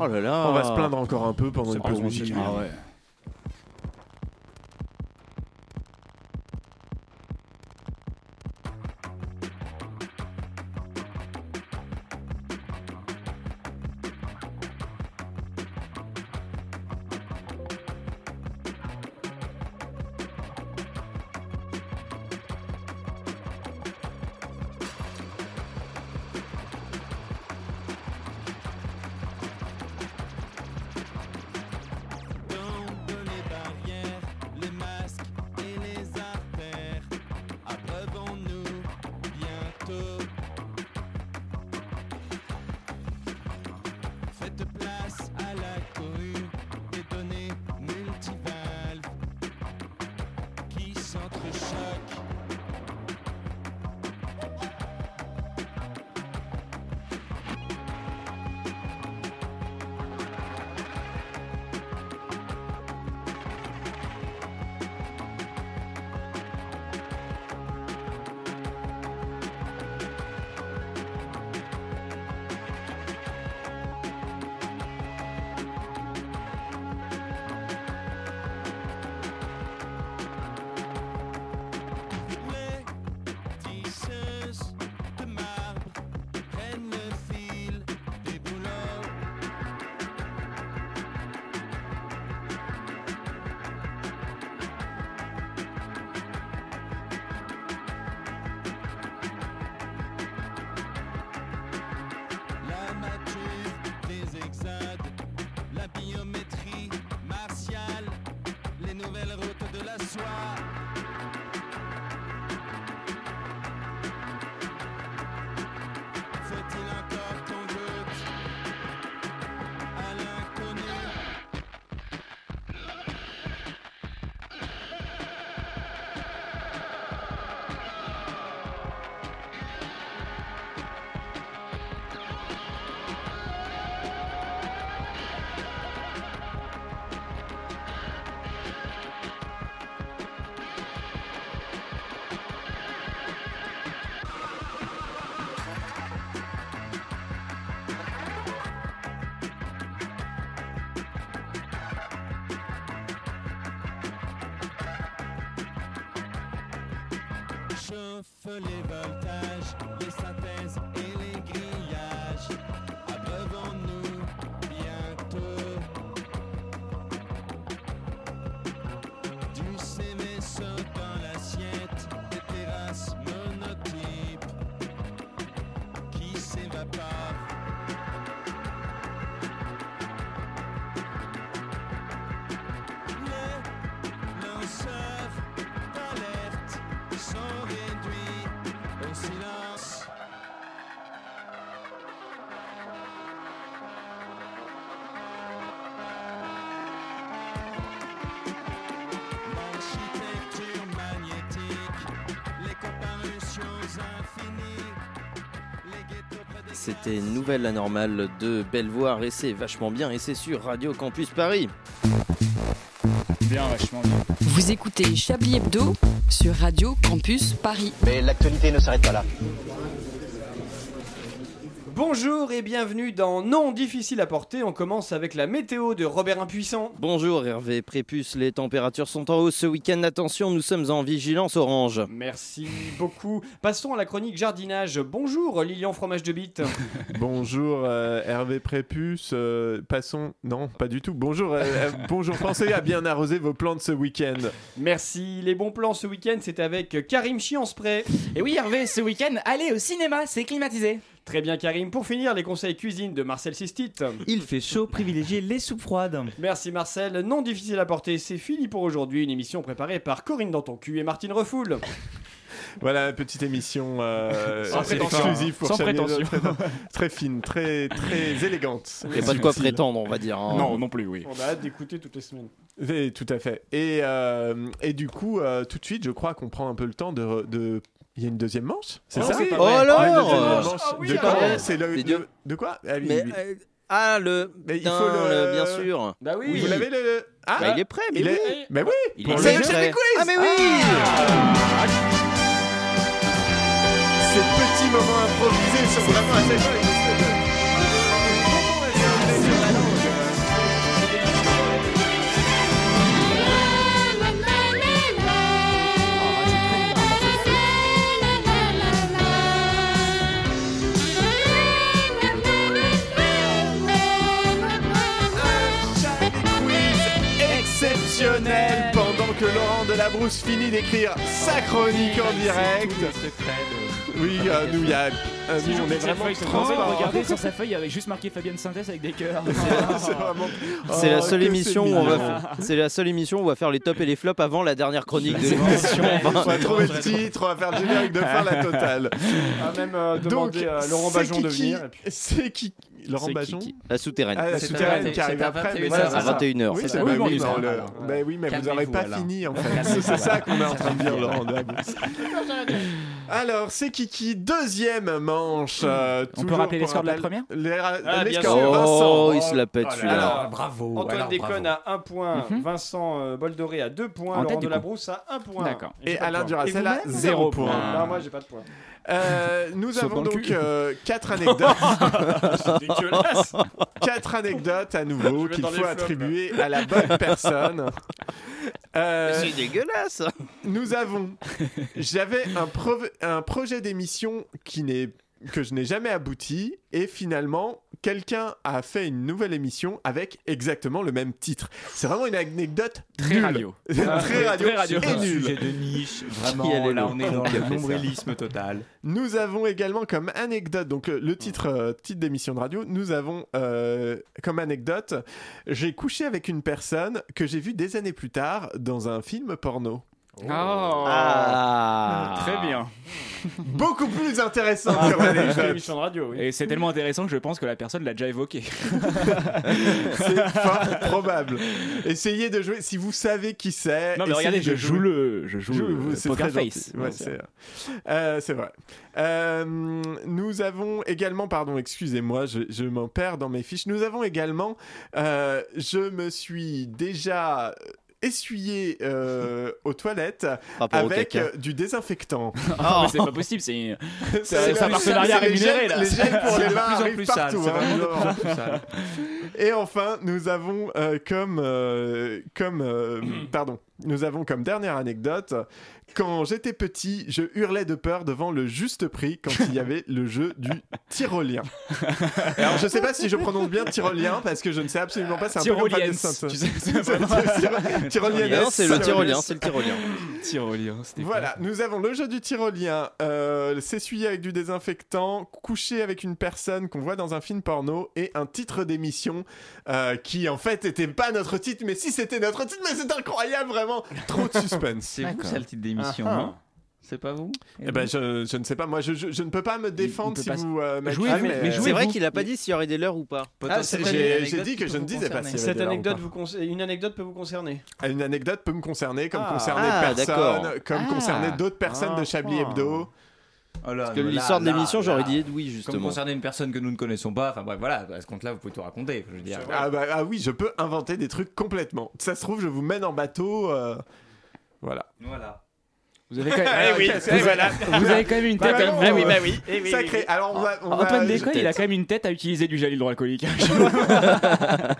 Speaker 12: Oh là là.
Speaker 9: On va se plaindre encore un peu pendant une pause musicale.
Speaker 10: Ah
Speaker 12: Ah,
Speaker 13: Don't choix. Faut-il encore qu'on doute à l'inconnu Chauffe les voltages, les synthèses et les grillages. Abreuvons-nous bientôt du sémesso dans l'assiette des terrasses monotypes qui s'évaporent. Les lanceurs d'alerte sont réduits au silence. L'architecture magnétique, les comparutions infinies, les ghettos près des
Speaker 12: C'était Nouvelle Anormale de Bellevoire et c'est vachement bien et c'est sur Radio Campus Paris.
Speaker 10: Bien, vachement bien.
Speaker 7: Vous écoutez Chablis Hebdo sur Radio Campus Paris.
Speaker 4: Mais l'actualité ne s'arrête pas là.
Speaker 1: Bonjour et bienvenue dans Non difficile à porter. On commence avec la météo de Robert Impuissant.
Speaker 12: Bonjour Hervé Prépuce, les températures sont en hausse ce week-end. Attention, nous sommes en vigilance orange.
Speaker 1: Merci beaucoup. Passons à la chronique jardinage. Bonjour Lilian Fromage
Speaker 9: [LAUGHS]
Speaker 1: de Bite.
Speaker 9: Bonjour euh, Hervé Prépuce, euh, passons. Non, pas du tout. Bonjour, euh, euh, bonjour. Pensez à bien arroser vos plantes ce week-end.
Speaker 1: Merci. Les bons plans ce week-end, c'est avec Karim Chianspray.
Speaker 16: Et oui, Hervé, ce week-end, allez au cinéma, c'est climatisé.
Speaker 1: Très bien Karim. Pour finir, les conseils cuisine de Marcel Sistit.
Speaker 11: Il fait chaud, privilégiez les soupes froides.
Speaker 1: Merci Marcel. Non difficile à porter, c'est fini pour aujourd'hui. Une émission préparée par Corinne dans ton cul et Martine Refoul.
Speaker 9: Voilà, petite émission euh,
Speaker 1: Sans prétention.
Speaker 9: exclusive pour
Speaker 1: Sans
Speaker 9: Chablis Hebdo. [LAUGHS]
Speaker 1: prétention.
Speaker 9: Très, très fine, très, très élégante.
Speaker 12: Il n'y a pas de quoi prétendre, on va dire. hein.
Speaker 1: On a hâte d'écouter toutes les semaines.
Speaker 9: Et, tout à fait. Et, euh, et du coup, euh, tout de suite, je crois qu'on prend un peu le temps de. re- de... Il y a une deuxième manche C'est
Speaker 12: Ah
Speaker 9: ça
Speaker 12: oui.
Speaker 9: Ouais, une
Speaker 12: Oh alors
Speaker 9: deuxième manche.
Speaker 12: Ah oui,
Speaker 9: De quoi
Speaker 12: alors.
Speaker 9: C'est le-
Speaker 12: Les
Speaker 9: de-
Speaker 12: deux.
Speaker 9: De quoi Ah oui,
Speaker 12: Mais,
Speaker 9: oui.
Speaker 12: euh, ah, le.
Speaker 9: Mais il
Speaker 12: Putain,
Speaker 9: faut le-
Speaker 12: le- Bien sûr.
Speaker 1: Bah oui.
Speaker 9: Vous l'avez le- le. Ah
Speaker 12: Bah, il est prêt, mais
Speaker 9: il
Speaker 12: oui.
Speaker 9: est- Mais oui
Speaker 12: Il
Speaker 9: pour
Speaker 12: est
Speaker 9: le
Speaker 12: prêt.
Speaker 9: jeu des quiz.
Speaker 12: Ah, mais oui
Speaker 9: Ces petits moments improvisés sont vraiment à chaque fois une espèce de- exceptionnel pendant que Laurent Delabrousse finit d'écrire sa chronique
Speaker 12: Eh ben,
Speaker 9: en direct. Oui, euh, nous, il y a, euh, nous, on est vraiment transparents.
Speaker 10: Regardez sur sa feuille, il y avait juste marqué Fabienne Synthèse avec des cœurs.
Speaker 9: C'est vraiment.
Speaker 12: C'est la
Speaker 9: Oh,
Speaker 12: seule
Speaker 9: que
Speaker 12: émission où
Speaker 9: c'est
Speaker 12: on va
Speaker 9: mignon.
Speaker 12: faire- c'est la seule émission où on va faire les tops et les flops avant la dernière chronique de l'émission.
Speaker 9: On va trouver le titre, on va faire le générique de fin,
Speaker 1: [LAUGHS]
Speaker 9: la totale.
Speaker 1: Ah, même euh, demander
Speaker 9: Donc,
Speaker 1: à Laurent
Speaker 9: c'est
Speaker 1: Bajon de
Speaker 9: Kiki-
Speaker 1: venir. et puis-
Speaker 9: C'est qui Laurent
Speaker 12: C'est
Speaker 9: Bajon
Speaker 12: Kiki. La souterraine.
Speaker 9: Ah, la
Speaker 12: C'est
Speaker 9: souterraine
Speaker 12: à-
Speaker 9: qui arrive
Speaker 12: c'est à
Speaker 9: après.
Speaker 12: 21h.
Speaker 9: voilà,
Speaker 12: C'est à
Speaker 9: ça.
Speaker 12: 21h,
Speaker 9: Oui,
Speaker 12: c'est
Speaker 9: ça,
Speaker 12: ça.
Speaker 9: bah
Speaker 12: Oui,
Speaker 9: oui,
Speaker 12: bon,
Speaker 9: non,
Speaker 12: voilà.
Speaker 9: le- bah oui, mais vous
Speaker 12: Calmez-vous,
Speaker 9: n'aurez pas
Speaker 12: alors.
Speaker 9: fini en fait.
Speaker 12: Calmez-vous,
Speaker 9: C'est ça
Speaker 12: voilà.
Speaker 9: qu'on est en train de dire, Laurent Delabrousse. Alors, c'est Kiki, deuxième manche. euh,
Speaker 11: On peut
Speaker 9: toujours
Speaker 11: rappeler les
Speaker 9: pour
Speaker 11: scores de la
Speaker 9: rappel.
Speaker 11: première
Speaker 9: Les ra-
Speaker 1: Ah,
Speaker 9: les
Speaker 1: bien
Speaker 9: scores de
Speaker 1: sûr.
Speaker 9: Vincent.
Speaker 12: Oh, il se la pète,
Speaker 1: euh,
Speaker 12: celui-là.
Speaker 1: Ah,
Speaker 9: Alors,
Speaker 11: bravo.
Speaker 1: Antoine
Speaker 11: alors,
Speaker 1: Déconne
Speaker 11: bravo.
Speaker 1: à 1 point, Vincent euh, Boldoré à 2 points,
Speaker 11: En tête,
Speaker 1: Laurent
Speaker 11: du coup.
Speaker 1: Delabrousse à 1 point.
Speaker 11: D'accord.
Speaker 1: j'ai
Speaker 9: Et
Speaker 1: pas de
Speaker 9: Alain
Speaker 1: points.
Speaker 9: Duracell à
Speaker 1: vous-même
Speaker 9: 0 point.
Speaker 1: Ah, Non, moi j'ai pas de points.
Speaker 9: Euh, nous
Speaker 1: Sauf
Speaker 9: avons
Speaker 1: dans le
Speaker 9: donc
Speaker 1: cul. [LAUGHS]
Speaker 9: 4 anecdotes.
Speaker 1: C'est dégueulasse.
Speaker 9: Quatre anecdotes à
Speaker 1: Je
Speaker 9: nouveau
Speaker 1: vais
Speaker 9: qu'il
Speaker 1: dans les
Speaker 9: faut
Speaker 1: flops,
Speaker 9: attribuer à la bonne
Speaker 1: [LAUGHS]
Speaker 9: personne. Euh,
Speaker 12: C'est dégueulasse.
Speaker 9: nous avons. J'avais un, prov- un projet d'émission qui n'est que je n'ai jamais abouti et finalement quelqu'un a fait une nouvelle émission avec exactement le même titre. C'est vraiment une anecdote
Speaker 10: Très
Speaker 9: nulle.
Speaker 10: radio. Ah,
Speaker 9: [LAUGHS] très
Speaker 10: très
Speaker 9: radio.
Speaker 10: radio.
Speaker 9: Et
Speaker 10: Un
Speaker 9: nulle.
Speaker 10: sujet de
Speaker 11: niche, Vraiment, là, on est dans le nombrilisme total.
Speaker 9: Nous avons également comme anecdote, donc euh, le titre, euh, titre d'émission de radio, nous avons euh, comme anecdote, j'ai couché avec une personne que j'ai vue des années plus tard dans un film porno.
Speaker 10: Ah. Très bien.
Speaker 9: Beaucoup plus intéressant
Speaker 10: Mhm. Ah,
Speaker 9: comme [LAUGHS] anecdote.
Speaker 10: émission de radio, Et c'est tellement intéressant que je pense que la personne l'a déjà évoqué.
Speaker 9: C'est fort probable. Essayez de jouer si vous savez qui c'est.
Speaker 10: Non, mais
Speaker 9: essayez
Speaker 10: regardez,
Speaker 9: de
Speaker 10: je joue
Speaker 9: jouer.
Speaker 10: le- je joue le
Speaker 9: vous, c'est
Speaker 10: poker
Speaker 9: très
Speaker 10: face.
Speaker 9: gentil. Ouais,
Speaker 10: Ouais,
Speaker 9: c'est
Speaker 10: c'est
Speaker 9: vrai. Euh, c'est vrai. Euh, nous avons également, pardon, excusez-moi, je, je m'en perds dans mes fiches. Nous avons également, euh, je me suis déjà essuyé euh, aux toilettes
Speaker 12: Rapport au
Speaker 9: avec
Speaker 12: caca.
Speaker 9: euh, du désinfectant.
Speaker 12: [LAUGHS]
Speaker 10: Ah, mais c'est pas possible, c'est
Speaker 9: C'est
Speaker 10: c'est-
Speaker 9: la
Speaker 10: c'est un
Speaker 9: plus
Speaker 10: partenariat
Speaker 9: sale, c'est les
Speaker 10: rémunéré
Speaker 9: gels-
Speaker 10: là.
Speaker 9: les gels pour les
Speaker 10: C'est de
Speaker 9: mains
Speaker 10: plus en
Speaker 9: arrivent
Speaker 10: plus sale,
Speaker 9: partout,
Speaker 10: c'est
Speaker 9: hein,
Speaker 10: vraiment de plus en plus
Speaker 9: vraiment.
Speaker 10: sale.
Speaker 9: Et enfin, nous avons euh, comme euh, comme euh, pardon, nous avons comme dernière anecdote quand j'étais petit, je hurlais de peur devant le juste prix quand il y avait le jeu du
Speaker 10: [LAUGHS]
Speaker 9: tyrolien. Alors je sais pas si je prononce bien tyrolien parce que je ne sais absolument pas. C'est un peu comme Fabien
Speaker 10: Tyroliennes.
Speaker 9: Saint-
Speaker 10: Tu sais,
Speaker 9: [LAUGHS]
Speaker 10: c'est
Speaker 9: Tyro-
Speaker 10: [LAUGHS] vraiment-
Speaker 9: Tyroliennes.
Speaker 12: Non, c'est le tyrolien, c'est le tyrolien. [LAUGHS]
Speaker 10: Tyrolien, c'était
Speaker 9: Voilà, nous avons le jeu du tyrolien, euh, s'essuyer avec du désinfectant, coucher avec une personne qu'on voit dans un film porno et un titre d'émission euh, qui en fait était pas notre titre, mais si c'était notre titre, mais c'est incroyable vraiment, trop de suspense.
Speaker 11: C'est vous ça le titre d'émission,
Speaker 9: Ah, ah.
Speaker 11: non C'est pas vous
Speaker 9: Eh ben, je, je ne sais pas, moi je, je- je ne peux pas me défendre
Speaker 11: peut
Speaker 9: si
Speaker 11: pas-
Speaker 9: vous euh, m'accusez,
Speaker 11: Jouez-vous, mais
Speaker 12: C'est vrai
Speaker 11: jouez-vous.
Speaker 12: qu'il a pas dit s'il y aurait des leurs ou pas.
Speaker 9: Ah, c'est- j'ai j'ai dit que je ne disais pas si
Speaker 1: Cette anecdote vous concer- une anecdote peut vous concerner.
Speaker 9: Une anecdote peut me concerner, comme
Speaker 1: Ah.
Speaker 9: concerner
Speaker 12: Ah,
Speaker 9: personne,
Speaker 12: d'accord.
Speaker 9: comme
Speaker 1: Ah.
Speaker 9: concerner d'autres personnes de Chablis
Speaker 1: Ah.
Speaker 9: Hebdo.
Speaker 11: Parce
Speaker 12: que l'histoire de l'émission, j'aurais dit oui, justement.
Speaker 11: Comme concerner une personne que nous ne connaissons pas, enfin bref, voilà, à ce compte-là, vous pouvez tout raconter. Je veux dire.
Speaker 9: Ah, bah, ah oui, je peux inventer des trucs complètement. Ça se trouve, je vous mène en bateau. euh, Voilà.
Speaker 11: Voilà.
Speaker 10: Vous avez quand même,
Speaker 9: [LAUGHS]
Speaker 10: Ah,
Speaker 9: Eh oui,
Speaker 10: vous,
Speaker 9: eh voilà.
Speaker 10: vous avez quand même une
Speaker 9: Bah
Speaker 10: tête. à-
Speaker 1: Eh
Speaker 9: non, euh, Sacré. Alors, on va. on va-
Speaker 10: Antoine Décoy, il a quand même une tête à utiliser du gel hydroalcoolique. hein.
Speaker 9: [LAUGHS] Ah,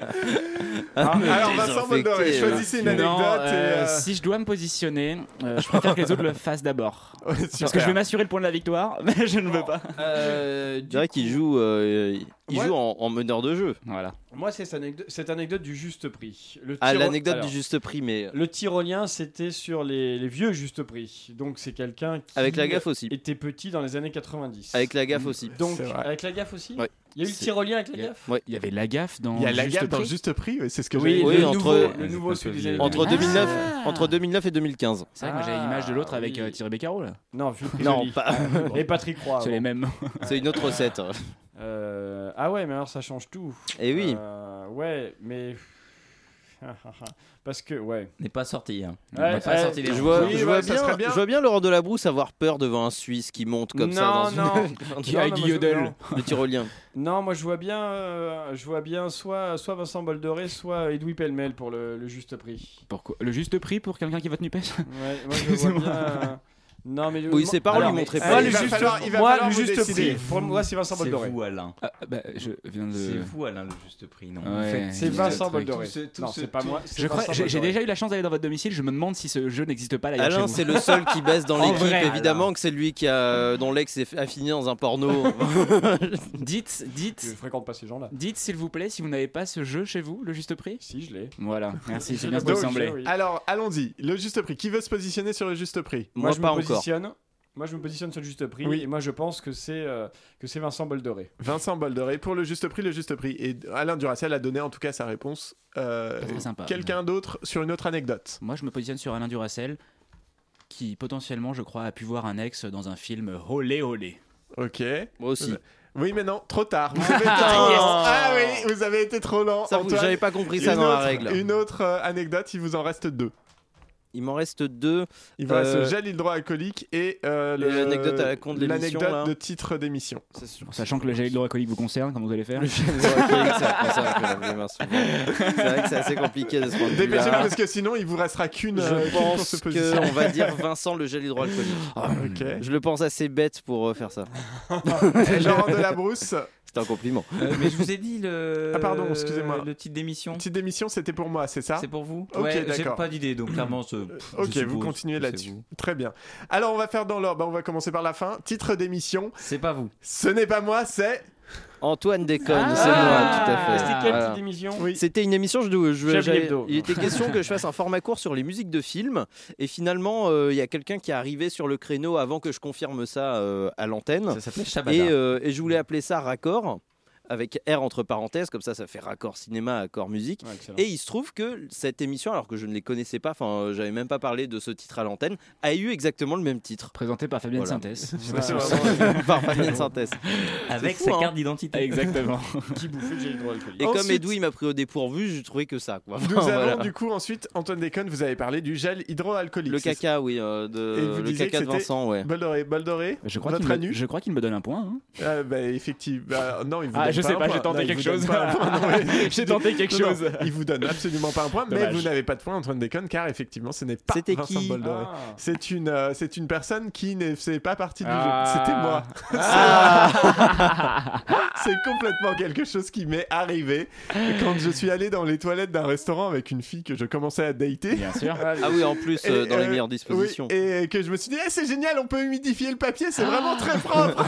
Speaker 9: Alors, Vincent Bolloré, choisissez une anecdote.
Speaker 10: Non, euh,
Speaker 9: et, [LAUGHS] euh,
Speaker 10: Si je dois me positionner, euh, je préfère que les autres le fassent d'abord. Parce que je vais m'assurer le point de la victoire, [LAUGHS] mais je ne
Speaker 9: Oh.
Speaker 10: veux pas.
Speaker 12: Je dirais qu'il joue, euh, il
Speaker 1: Ouais.
Speaker 12: joue en, en meneur de jeu.
Speaker 10: Voilà.
Speaker 1: Moi, c'est cette anecdote, cette anecdote du juste prix. Le
Speaker 12: Ah,
Speaker 1: Tyro-
Speaker 12: l'anecdote
Speaker 1: Alors,
Speaker 12: du juste prix, mais. euh,
Speaker 1: Le tyrolien, c'était sur les, les vieux juste prix. Donc, c'est quelqu'un qui.
Speaker 12: Avec la
Speaker 1: [LAUGHS]
Speaker 12: gaffe aussi.
Speaker 1: Était petit dans les années 90.
Speaker 12: Avec la gaffe aussi.
Speaker 1: Donc,
Speaker 12: C'est vrai.
Speaker 1: avec la gaffe aussi
Speaker 12: Ouais.
Speaker 1: Il y a eu le
Speaker 12: C'est-
Speaker 1: tyrolien avec la
Speaker 12: il y a-
Speaker 1: gaffe
Speaker 12: ouais.
Speaker 10: Il y avait la gaffe dans.
Speaker 9: Il y a la
Speaker 10: Juste
Speaker 9: gaffe dans
Speaker 10: Prix.
Speaker 9: juste prix, oui, c'est ce que
Speaker 1: Oui,
Speaker 9: j'ai
Speaker 1: le
Speaker 12: oui,
Speaker 1: nouveau-
Speaker 12: entre,
Speaker 1: le nouveau celui des années
Speaker 12: entre
Speaker 1: 2000.
Speaker 12: 2009,
Speaker 1: Ah.
Speaker 12: entre 2009 et 2015.
Speaker 10: C'est vrai que moi j'avais l'image de l'autre
Speaker 9: Ah
Speaker 10: avec
Speaker 1: oui.
Speaker 10: euh, Thierry Beccaro là.
Speaker 1: Non, vu que
Speaker 12: Non,
Speaker 1: joli.
Speaker 12: pas- [LAUGHS]
Speaker 1: Et Patrick Roy.
Speaker 10: C'est
Speaker 1: avant.
Speaker 10: les mêmes.
Speaker 12: C'est une autre recette.
Speaker 1: Euh, ah ouais, mais alors ça change tout.
Speaker 12: Eh oui.
Speaker 1: Euh, ouais, mais. [LAUGHS] Parce que, ouais.
Speaker 11: N'est pas sorti. Hein.
Speaker 1: Ouais,
Speaker 11: N'est pas
Speaker 1: ouais.
Speaker 11: sorti les
Speaker 12: Je
Speaker 11: gens.
Speaker 12: vois,
Speaker 1: Oui,
Speaker 12: je
Speaker 1: ouais,
Speaker 12: vois
Speaker 1: ça
Speaker 12: bah, bien,
Speaker 1: serait bien.
Speaker 12: je vois bien Laurent Delabrousse avoir peur devant un Suisse qui monte comme ça
Speaker 1: Non,
Speaker 12: [LAUGHS] dans une-
Speaker 1: non.
Speaker 10: Qui a
Speaker 1: non,
Speaker 10: du
Speaker 1: moi, je-
Speaker 10: yodel.
Speaker 1: non.
Speaker 12: le tyrolien.
Speaker 1: Non, moi je vois bien, euh, je vois bien soit, soit Vincent Boldoré, soit Edoui Pellemel pour le, le juste prix.
Speaker 10: Pourquoi Le juste prix pour quelqu'un qui vote Nupes
Speaker 1: Ouais, moi je vois bien. euh, Non, mais
Speaker 12: Oui, c'est pas, on
Speaker 1: Alors,
Speaker 12: lui montrait
Speaker 1: mais-
Speaker 12: pas.
Speaker 1: Ah, le
Speaker 12: Il va
Speaker 1: juste-
Speaker 9: falloir- il va
Speaker 1: moi,
Speaker 9: falloir
Speaker 1: le
Speaker 9: vous
Speaker 1: juste
Speaker 9: décider.
Speaker 1: prix. Pour moi, c'est Vincent
Speaker 11: C'est
Speaker 1: Boldoré.
Speaker 11: vous, Alain.
Speaker 10: Ah, bah, Je viens de.
Speaker 11: C'est vous, Alain, le juste prix, non
Speaker 10: Ouais.
Speaker 11: Vous faites-
Speaker 1: C'est
Speaker 11: tout
Speaker 1: Vincent
Speaker 11: ce truc.
Speaker 1: Boldoré.
Speaker 11: Tout ce- tout
Speaker 1: Non,
Speaker 11: ce-
Speaker 1: c'est pas
Speaker 11: tout-
Speaker 1: moi.
Speaker 10: Je crois- J'ai j'ai déjà eu la chance d'aller dans votre domicile. Je me demande si ce jeu n'existe pas là.
Speaker 12: Alain, c'est le seul qui baisse dans
Speaker 10: En
Speaker 12: l'équipe.
Speaker 10: vrai,
Speaker 12: Évidemment que c'est lui qui a, dont l'ex est a fini dans un porno.
Speaker 10: Dites,
Speaker 1: Je
Speaker 10: dites,
Speaker 1: fréquente pas ces gens-là.
Speaker 10: dites s'il vous plaît si vous n'avez pas ce jeu chez vous, le juste prix.
Speaker 1: Si, je l'ai.
Speaker 10: [LAUGHS] Voilà, merci, c'est
Speaker 1: Je
Speaker 10: bien
Speaker 1: le
Speaker 10: ce qui me
Speaker 1: vois, je
Speaker 10: semblait.
Speaker 1: le vois, oui.
Speaker 9: Alors, allons-y. Le juste prix. Qui veut se positionner sur le juste prix
Speaker 1: Moi,
Speaker 12: Moi,
Speaker 1: je
Speaker 12: pas
Speaker 1: me
Speaker 12: encore.
Speaker 1: positionne. Moi, je me positionne sur le juste prix.
Speaker 9: Oui.
Speaker 1: Et moi, je pense que c'est euh, que c'est Vincent Boldoré.
Speaker 9: Vincent Boldoré pour le juste prix, le juste prix. Et Alain Duracel a donné en tout cas sa réponse. Euh,
Speaker 10: Très sympa.
Speaker 9: Quelqu'un d'autre sur une autre anecdote.
Speaker 10: Moi, je me positionne sur Alain Duracel, qui potentiellement, je crois, a pu voir un ex dans un film Holé Holé.
Speaker 9: Ok.
Speaker 12: Moi aussi.
Speaker 9: Oui, mais non, trop tard. Vous avez été trop lent. Ah oui, vous avez été trop lent.
Speaker 12: Ça, vous-
Speaker 9: Antoine.
Speaker 12: j'avais pas compris ça
Speaker 9: Une
Speaker 12: dans la
Speaker 9: autre-
Speaker 12: règle.
Speaker 9: Une autre euh, anecdote, il vous en reste deux.
Speaker 12: Il m'en reste deux.
Speaker 9: Il vous reste
Speaker 12: Euh,
Speaker 9: gel hydroalcoolique et euh,
Speaker 12: et
Speaker 9: le-
Speaker 12: l'anecdote à la con de l'émission,
Speaker 9: l'anecdote
Speaker 12: là.
Speaker 9: de titre d'émission.
Speaker 12: c'est sûr.
Speaker 10: Sachant que le [LAUGHS] gel hydroalcoolique vous concerne, comment vous allez faire
Speaker 12: Le chien de Zorokolic, c'est vrai que ça, on peut l'appeler Vincent. C'est vrai que c'est assez compliqué de se prendre.
Speaker 9: Dépêchez-vous parce que sinon il vous restera qu'une euh, qu'une
Speaker 12: Je
Speaker 9: pour se
Speaker 12: pense
Speaker 9: positionner.
Speaker 12: qu'on va dire Vincent le gel hydroalcoolique.
Speaker 9: Ah,
Speaker 10: Hmm.
Speaker 9: Ok.
Speaker 12: Je le pense assez bête pour euh, faire ça.
Speaker 9: Et Laurent Delabrousse,
Speaker 12: C'est un compliment.
Speaker 11: Euh, mais je vous ai dit le.
Speaker 9: Ah, pardon, excusez-moi.
Speaker 11: Le titre d'émission.
Speaker 9: petite démission, c'était pour moi, c'est ça
Speaker 11: C'est pour vous
Speaker 9: Ok,
Speaker 11: Ouais, J'ai
Speaker 9: d'accord.
Speaker 11: pas d'idée, donc clairement, ce- pff, je
Speaker 9: Ok, vous
Speaker 11: suppose
Speaker 9: continuez
Speaker 11: que c'est
Speaker 9: là-dessus.
Speaker 11: vous.
Speaker 9: Très bien. Ben, Alors on va faire dans l'ordre. Bah, on va commencer par la fin. Titre d'émission.
Speaker 11: C'est pas vous.
Speaker 9: Ce n'est pas moi, c'est
Speaker 12: Antoine déconne,
Speaker 1: Ah.
Speaker 12: c'est moi, tout à fait.
Speaker 1: C'était quelle petite émission Oui.
Speaker 12: C'était une émission, je, dois- je-
Speaker 1: Chablis
Speaker 12: j'avais-
Speaker 1: Hebdo.
Speaker 12: il était
Speaker 9: [LAUGHS]
Speaker 12: question que je fasse un format court sur les musiques de films. Et finalement, euh, il y a quelqu'un qui est arrivé sur le créneau avant que je confirme ça euh, à l'antenne.
Speaker 11: Ça s'appelait Shabada.
Speaker 12: et, euh, et je voulais appeler ça Raccord. Avec R entre parenthèses, comme ça, ça fait raccord cinéma, accord musique.
Speaker 1: excellent.
Speaker 12: et il se trouve que cette émission, alors que je ne les connaissais pas, enfin, euh, j'avais même pas parlé de ce titre à l'antenne, a eu exactement le
Speaker 9: [LAUGHS]
Speaker 12: même titre. [LAUGHS]
Speaker 10: Présenté par Fabienne Sintès. [LAUGHS]
Speaker 12: Synthèse.
Speaker 10: Je sais pas si on va-
Speaker 12: par Fabienne Sintès.
Speaker 11: Avec
Speaker 12: C'est
Speaker 11: sa
Speaker 12: fou, hein.
Speaker 11: carte d'identité. Exactement.
Speaker 1: Qui bouffait le gel hydroalcoolique.
Speaker 12: Et comme
Speaker 9: Ensuite-
Speaker 12: Edoui m'a pris au dépourvu, je trouvais que ça. Quoi.
Speaker 9: Nous
Speaker 12: Voilà.
Speaker 9: avons du coup ensuite Antoine Déconne, vous avez parlé du gel hydroalcoolique.
Speaker 12: Le
Speaker 9: c'est ça
Speaker 12: caca, oui, euh, de,
Speaker 9: Et vous
Speaker 12: le
Speaker 9: disiez
Speaker 12: caca
Speaker 9: que
Speaker 12: de
Speaker 9: c'était
Speaker 12: Vincent, ouais.
Speaker 9: Bol doré, bol doré.
Speaker 10: Je crois, qu'il
Speaker 9: notre
Speaker 10: me,
Speaker 9: anus.
Speaker 10: je crois qu'il me donne un point. hein.
Speaker 9: Ah, bah, effectivement. bah, non, il vous
Speaker 10: Ah,
Speaker 9: donne
Speaker 10: je
Speaker 9: pas
Speaker 10: sais
Speaker 9: un
Speaker 10: pas, j'ai
Speaker 9: point.
Speaker 10: tenté
Speaker 9: Non, il
Speaker 10: quelque
Speaker 9: vous donne
Speaker 10: chose.
Speaker 9: pas un point, non, oui.
Speaker 10: [LAUGHS] J'ai tenté quelque
Speaker 9: Non, non,
Speaker 10: chose.
Speaker 9: il vous donne absolument pas un point, mais
Speaker 10: Dommage.
Speaker 9: vous n'avez pas de point, Antoine Déconne, car effectivement, ce n'est pas
Speaker 12: C'était
Speaker 9: Vincent
Speaker 12: qui
Speaker 9: Boldoré.
Speaker 12: Ah.
Speaker 9: C'est une, euh, c'est une personne qui ne faisait pas partie du
Speaker 10: Ah.
Speaker 9: jeu. C'était moi.
Speaker 10: Ah.
Speaker 9: [LAUGHS] C'est complètement quelque chose qui m'est arrivé quand je suis allé dans les toilettes d'un restaurant avec une fille que je commençais à dater.
Speaker 10: Bien sûr.
Speaker 12: Ah oui, en plus, euh, dans les meilleures
Speaker 9: oui,
Speaker 12: dispositions.
Speaker 9: et que je me suis dit, Eh, c'est génial, on peut humidifier le papier, c'est vraiment très
Speaker 12: [LAUGHS]
Speaker 9: propre.